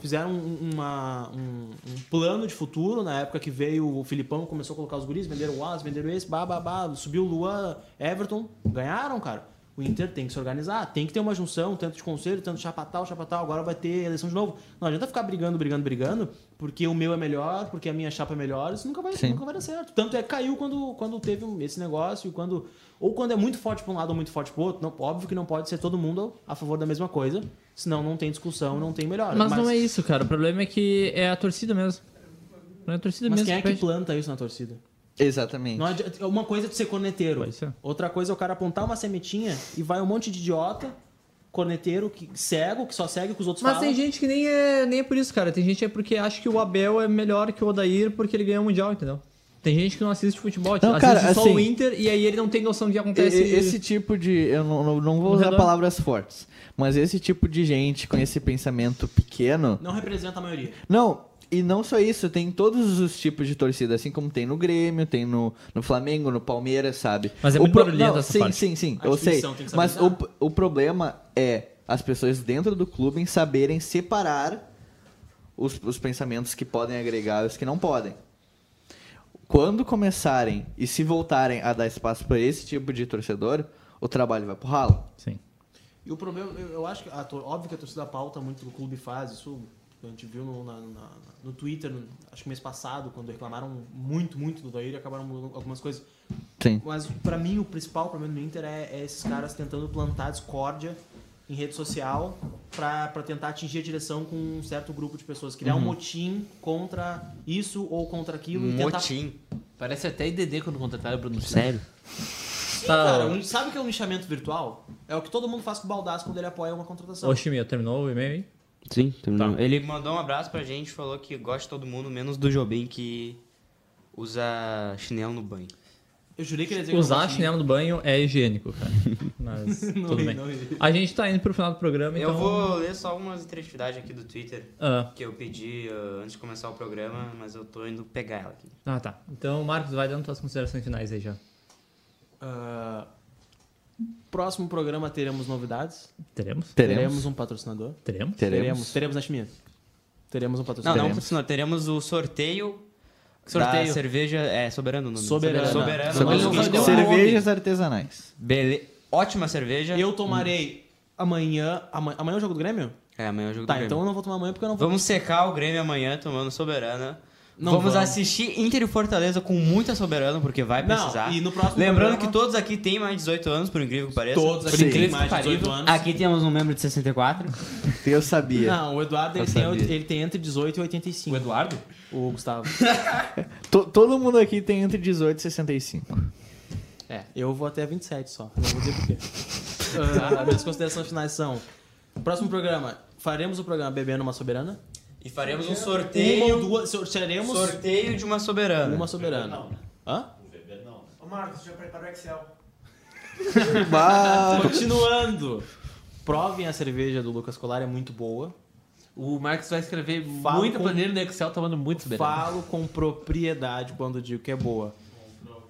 fizeram um, uma- um- um plano de futuro. Na época que veio o Filipão, começou a colocar os guris, venderam o Wallace, venderam esse, bababá, subiu o Luan, Everton, ganharam, cara. O Inter tem que se organizar, tem que ter uma junção, tanto de conselho, tanto de chapatal, chapatal, agora vai ter eleição de novo. Não adianta ficar brigando, brigando, brigando, porque o meu é melhor, porque a minha chapa é melhor, isso nunca vai, nunca vai dar certo. Tanto é que caiu quando, quando teve um, esse negócio, e quando ou quando é muito forte para um lado ou muito forte para outro. Não, óbvio que não pode ser todo mundo a favor da mesma coisa, senão não tem discussão, não tem melhor. Mas, não é isso, cara. O problema é que é a torcida mesmo. Não é a torcida Mas mesmo. quem é que perde. planta isso na torcida? Exatamente. Não adianta- uma coisa é tu ser corneteiro. Pode ser. Outra coisa é o cara apontar uma sementinha e vai um monte de idiota, corneteiro, que, cego, que só segue o que os outros Mas falam. tem gente que nem é, nem é por isso, cara. Tem gente que é porque acha que o Abel é melhor que o Odair porque ele ganhou o Mundial, entendeu? Tem gente que não assiste futebol, tipo, Não, assiste cara, só assim, o Inter e aí ele não tem noção do que E- acontece. e- Esse tipo de. Eu não, não- não vou No usar redor. palavras fortes, mas esse tipo de gente com esse pensamento pequeno. Não representa a maioria. Não, e não só isso, tem todos os tipos de torcida, assim como tem no Grêmio, tem no, no Flamengo, no Palmeiras, sabe? Mas é muito barulhento não, essa sim, parte. sim, sim, A eu sei. distinção tem que saber Mas o, lidar. o problema é as pessoas dentro do clube em saberem separar os, os pensamentos que podem agregar e os que não podem. Quando começarem e se voltarem a dar espaço para esse tipo de torcedor, o trabalho vai pro ralo. Sim. E o problema, eu, eu acho que, a, tor- óbvio que a torcida pauta muito o que o clube faz, isso a gente viu no, na- na- no Twitter, no- acho que mês passado, quando reclamaram muito, muito do Daíra, acabaram mudando algumas coisas. Sim. Mas pra mim o principal problema do Inter é, é esses caras tentando plantar discórdia em rede social pra pra tentar atingir a direção com um certo grupo de pessoas. Criar um motim contra isso ou contra aquilo e tentar. Motim. Parece até IDD quando contrataram o Bruno Silva. Sério? Sim, cara, um- sabe o que é um lixamento virtual? É o que todo mundo faz com o Baldaço quando ele apoia uma contratação. Ô, Chimia, terminou o e-mail aí? Sim, terminou. Ele Ele... mandou um abraço pra gente, falou que gosta de todo mundo, menos do Jobim que usa chinelo no banho. Eu jurei que um ele ia dizer Usar que eu chinelo no banho é higiênico, <laughs> cara. Mas tudo ri, bem. não ri. A gente tá indo pro final do programa, então... Eu vou ler só umas interatividades aqui do Twitter Ah, que eu pedi ah, antes de começar o programa, mas eu tô indo pegar ela aqui. ah, tá. Então, Marcos, vai dando tuas considerações finais aí já. Ah, próximo programa teremos novidades. Teremos? Teremos. um patrocinador. Teremos? Teremos. Teremos na Chimia. Teremos um Não, patrocinador. não, Teremos. senão teremos o sorteio, Sorteio. da cerveja, é, soberano o nome. Soberana. Soberana. Soberana. Soberana. Não, não, não. Cervejas artesanais. Bele... Ótima cerveja. um. Eu tomarei amanhã. ama- Amanhã é o jogo do Grêmio? É, amanhã é o jogo Tá, do Grêmio. então eu não vou tomar amanhã porque eu não vou. Vamos secar o Grêmio amanhã tomando soberana. Não vamos, vamos. assistir Inter e Fortaleza com muita soberana, porque vai Não, precisar. e no próximo Lembrando programa- que todos aqui têm mais de 18 anos, por incrível que pareça. Todos Sim. aqui têm mais de Incrível que 18 anos. Aqui temos um membro de 64. Eu sabia. Não, o Eduardo ele Eu tem, sabia. ele tem entre 18 e 85. O Eduardo? O Gustavo. To- todo mundo aqui tem entre 18 e 65. Eu vou até 27 só. Não vou dizer <laughs> por quê. Ah, minhas considerações finais são: próximo programa, faremos o programa Bebendo uma Soberana. E faremos um Uma ou sorteio. duas, sortearemos Sorteio de uma soberana. uma soberana. Hã? Ô Marcos, já preparou o Excel? Bah, Continuando. Provem a cerveja do Lucas Colar, é muito boa. O Marcos vai escrever Falo muita com- planilha no Excel tomando muito soberano. Falo com propriedade quando digo que é boa.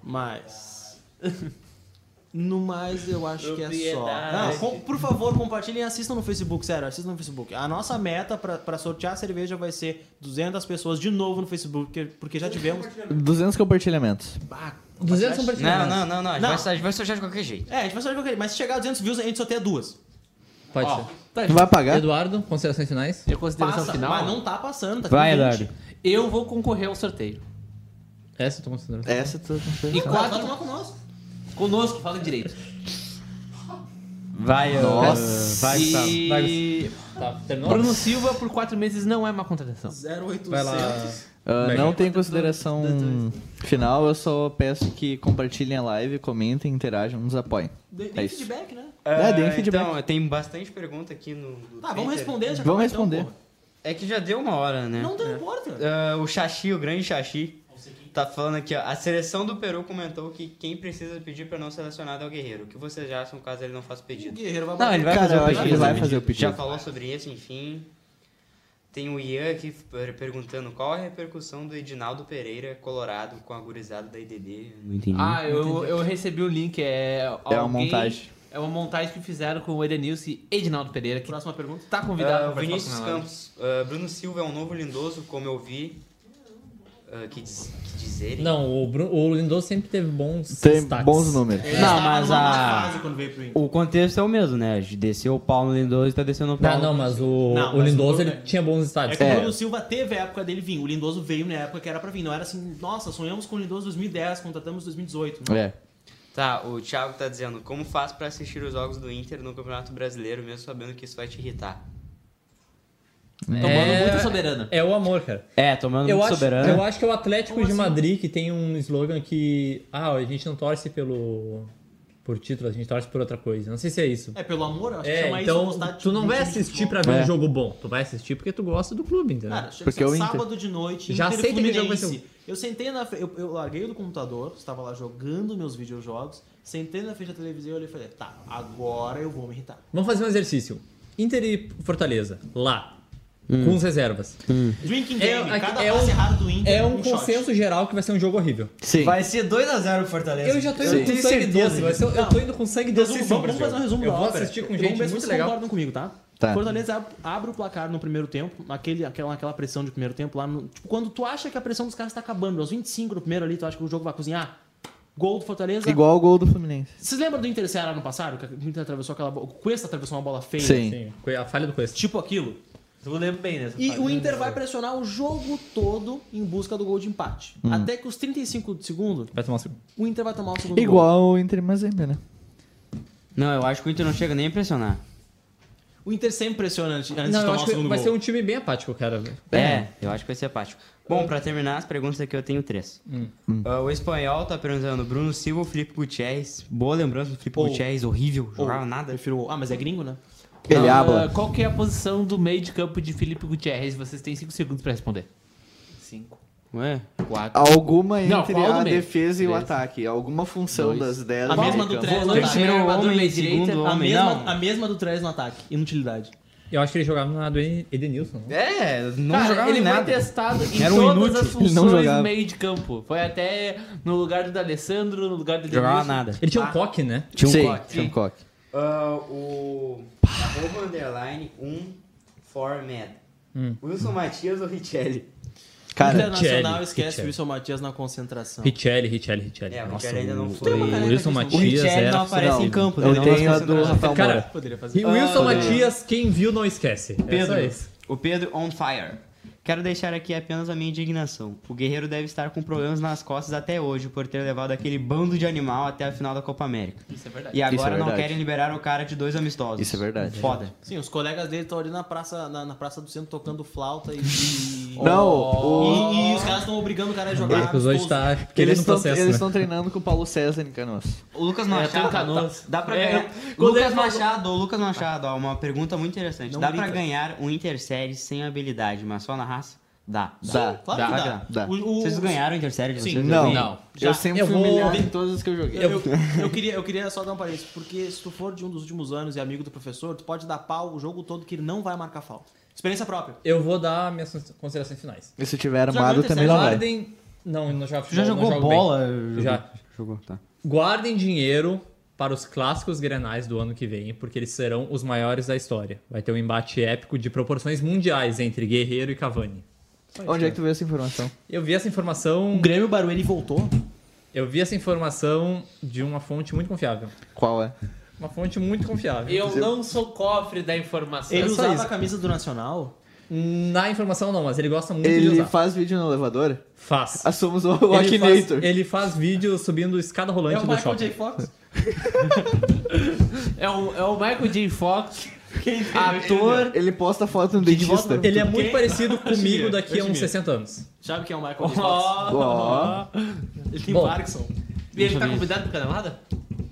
Mas. <laughs> No mais, eu acho que é só. Não, Propriedade. com- por favor, compartilhem e assistam no Facebook, sério, assistam no Facebook. A nossa meta pra pra sortear a cerveja vai ser 200 pessoas de novo no Facebook, porque, porque já tivemos. 200 compartilhamentos. Ah, 200 são Não, não, não, não. A gente, Não. Vai, a gente vai sortear de qualquer jeito. É, a gente vai sortear de qualquer jeito, mas se chegar a 200 views, a gente só tem duas. Pode Ó, ser. tá, Não vai pagar? Eduardo, considerações finais? Minha consideração Passa, final. mas não tá passando, tá Vai, com 20. Eduardo. Eu vou concorrer ao sorteio. Essa é eu tô considerando. Essa tu E Não, quatro vai tomar conosco. conosco, fala direito. Vai, Nossa. Vai, Gustavo. Vai, Gustavo. e Tá, terminou? Bruno Silva por quatro meses não é uma contratação. 0800. Vai lá. Ah, Bem. não tem consideração final, eu só peço que compartilhem a live, comentem, interajam, nos apoiem. Dê- É Dê isso. feedback, né? É, deem Ah, feedback. Então, tem bastante pergunta aqui no. no Tá, vamos Twitter. responder. deixa eu Vamos acabar então, responder. porra. É que já deu uma hora, né? Não, não importa. Ah, o Xaxi, o grande Xaxi, tá falando aqui, ó. A seleção do Peru comentou que quem precisa pedir pra não selecionado é o Guerreiro. O que vocês já acham caso ele não faça o O pedido? Guerreiro vai Não, ele vai Cara, fazer eu o acho que ele pedido. vai fazer o pedido. Já falou sobre isso, enfim. Tem o Ian aqui per- perguntando qual a repercussão do Edinaldo Pereira Colorado com a gurizada da IDD. Não entendi. Ah, eu, eu recebi o link. É, uma alguém- montagem. É uma montagem que fizeram com o Edenilson e Edinaldo Pereira, que Próxima pergunta. tá convidado pra participar É, Vinícius com nós. Campos. ah, Bruno Silva é um novo lindoso, como eu vi. ah, que, diz, que dizerem. Não, o, Bruno, o Lindoso sempre teve bons Tem destaques. bons números. Ele Não, estava mas numa a- má fase quando veio pro Inter. O contexto é o mesmo, né? Desceu o pau no Lindoso e tá descendo o pau. Não, não, mas o, Não, o mas Lindoso o- ele tinha bons É estádios. que o Bruno Silva teve a época dele vir. O Lindoso veio na época que era pra vir. Não era assim, nossa, sonhamos com o Lindoso 2010, contratamos 2018. Não. É. Tá, o Thiago tá dizendo, como faz pra assistir os jogos do Inter no Campeonato Brasileiro, mesmo sabendo que isso vai te irritar? Tomando muita soberana. É o amor, cara. É, tomando Eu muito acho, soberano. eu acho que é o Atlético assim? de Madrid que tem um slogan que. Ah, a gente não torce pelo. por título, a gente torce por outra coisa. Não sei se é isso. É pelo amor, eu acho que É, chama então isso. gostar de- tu não de vai time de assistir futebol. pra ver É. um jogo bom. Tu vai assistir porque tu gosta do clube, entendeu? Cara, chega Porque a ser é o Inter. sábado de noite, Já Inter e sei que aquele jogo vai Fluminense. ser Eu sentei na fre- eu, eu larguei do computador, estava lá jogando meus videojogos, sentei na frente da televisão e olhei e falei, tá, agora eu vou me irritar. Vamos fazer um exercício. Inter e Fortaleza, lá. Com as reservas. É, Drinking Game, aqui- cada é passe um- errado do Inter É um shot. consenso geral que vai ser um jogo horrível. Sim. Vai ser 2x0 o É. Fortaleza. Eu já tô Sim. indo com Tenho sangue certeza doce. Vai ser, um- eu tô indo com sangue doce. Resumo, sim, vamos, Brasil. vamos fazer um resumo Eu da vou ópera. assistir com Eu vou gente ver se muito vocês legal. concordam comigo, tá? Tá. Fortaleza ab- abre o placar no primeiro tempo, aquele, aquela, aquela pressão de primeiro tempo lá. no- tipo, quando tu acha que a pressão dos caras tá acabando, aos 25 no primeiro ali, tu acha que o jogo vai cozinhar? Gol do Fortaleza. Igual o gol do Fluminense. Vocês lembram do Inter Ceará no passado? Que o Inter atravessou aquela bola. O Cuesta atravessou uma bola feia. Sim. Sim, a falha do Quest. Tipo aquilo. Eu lembro bem dessa E fase. o Inter vai pressionar o jogo todo em busca do gol de empate. Hum. Até que os 35 de segundo, Vai tomar um segundo. o Inter vai tomar o segundo gol. Igual o Inter e Mazembe, né? Não, eu acho que o Inter não chega nem a impressionar. O Inter sempre pressiona antes Ah, Não, antes de eu tomar acho o que segundo vai gol. ser um time bem apático, cara. velho. É. É, eu acho que vai ser apático. Bom, pra terminar as perguntas aqui, eu tenho três. Hum. Ah, o espanhol tá perguntando Bruno Silva ou Felipe Gutierrez. Boa lembrança do Felipe Ou- Gutierrez, horrível, jogava Ou, nada. Prefiro, o- ah, mas é gringo, né? Ele Ah, habla. Qual que é a posição do meio de campo de Felipe Gutierrez? Vocês têm 5 segundos pra responder. 5, Ué? 4. Alguma Não, entre qual do a meio? defesa e o Três. ataque. Alguma função Dois. das 10. A mesma do Trello, Volante, Primeiro meio armador, homem, meio direita. segundo A Homem, mesma, não. a mesma do Trez no ataque. Inutilidade. Eu acho que ele jogava na do Edenilson. né? É, não Cara, jogava ele nada. foi testado em Era um todas inútil. as Ele não funções jogava. do meio de campo. Foi até no lugar do D'Alessandro, no lugar do Jogava Edenilson. nada. Ele tinha Ah. um coque, né? Tinha um Sim, coque. tinha um coque. Ah, o arroba underline 1 format. Wilson Matias ou Richelli? Cara, Internacional Richelli, esquece o Richelli. Wilson Matias na concentração. Richelli, Richelli, Richelli. É, o Nossa, Richelli ainda não o- foi. O Wilson Tá Tipo, O Matias Richelli não era... aparece em campo, né? eu Não tenho nas a do personagens. Rafael Cara, Ah, Moura. Poderia fazer. E Wilson Matias, quem viu não esquece. É só isso. O Pedro on fire. Quero deixar aqui apenas a minha indignação. O Guerreiro deve estar com problemas nas costas até hoje por ter levado aquele bando de animal até a final da Copa América. Isso é verdade. E agora não verdade. querem liberar o cara de dois amistosos. Isso é verdade. Foda. Sim, os colegas dele estão ali na praça, na, na praça do centro tocando flauta e. e- Não, o- E, e os caras estão obrigando o cara a jogar. O tá- episódio amistoso. está eles querendo estão processo, né? treinando com o Paulo César em Canoas. O Lucas um Machado. Canoas. Dá pra É, ganhar. quando Lucas ele falou- Machado, ô, Lucas Machado, ó, uma pergunta muito interessante. Não dá brinca. pra ganhar um Intersérie sem habilidade, mas só na raça? Dá. Dá. Claro Dá, que dá. dá. Dá. O- o- Vocês ganharam o Intersérie de Sim. vocês? Não. Não. Eu sempre Eu fui vou- humilhado em todas as que eu joguei. Eu, eu queria, eu queria só dar um parênteses, porque se tu for de um dos últimos anos e amigo do professor, tu pode dar pau o jogo todo que ele não vai marcar falta. Experiência própria. Eu vou dar minhas considerações finais. E se tiver Já armado ganhou também não vai. Guardem. Não, não jogo futebol, não Já jogou jogo bem. bola? Já. Jogou, tá. Guardem dinheiro para os clássicos grenais do ano que vem, porque eles serão os maiores da história. Vai ter um embate épico de proporções mundiais entre Guerreiro e Cavani. Onde é que tu viu essa informação? Eu vi essa informação. O Grêmio Barueri voltou. Eu vi essa informação de uma fonte muito confiável. Qual é? Uma fonte muito confiável. Eu não sou cofre da informação. É Ele só usava isso. a camisa do Nacional. Na informação não, mas ele gosta muito de Ele Ah, usar. faz vídeo no elevador? Faz. Assumos o o Ele faz, Akinator. ele faz vídeo subindo escada rolante É o do Michael shopping. J. <laughs> Fox. É o, é o Michael J. Fox, Ah, ator. Ele posta foto no dentista. Ele é muito <laughs> parecido comigo Yoshimiro, daqui a uns Yoshimiro. 60 anos. Sabe quem é o Michael J. Fox? Ó. Ó. Ele tem Bom. Parkinson. E ele tá convidado pro canelada?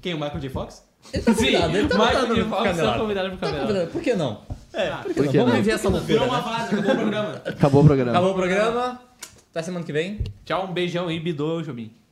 Quem é o Michael J. Fox? Ele tá convidado, ele tá Michael J. convidado Fox tá convidado pro Tá canelada. convidado, por que não? É, Por que Vamos não? viver essa loucura, Ah, Virou uma né? fase, acabou o programa. Acabou o programa. Acabou o programa. Até semana que vem. Tchau, um beijão aí, bidô, Jobim.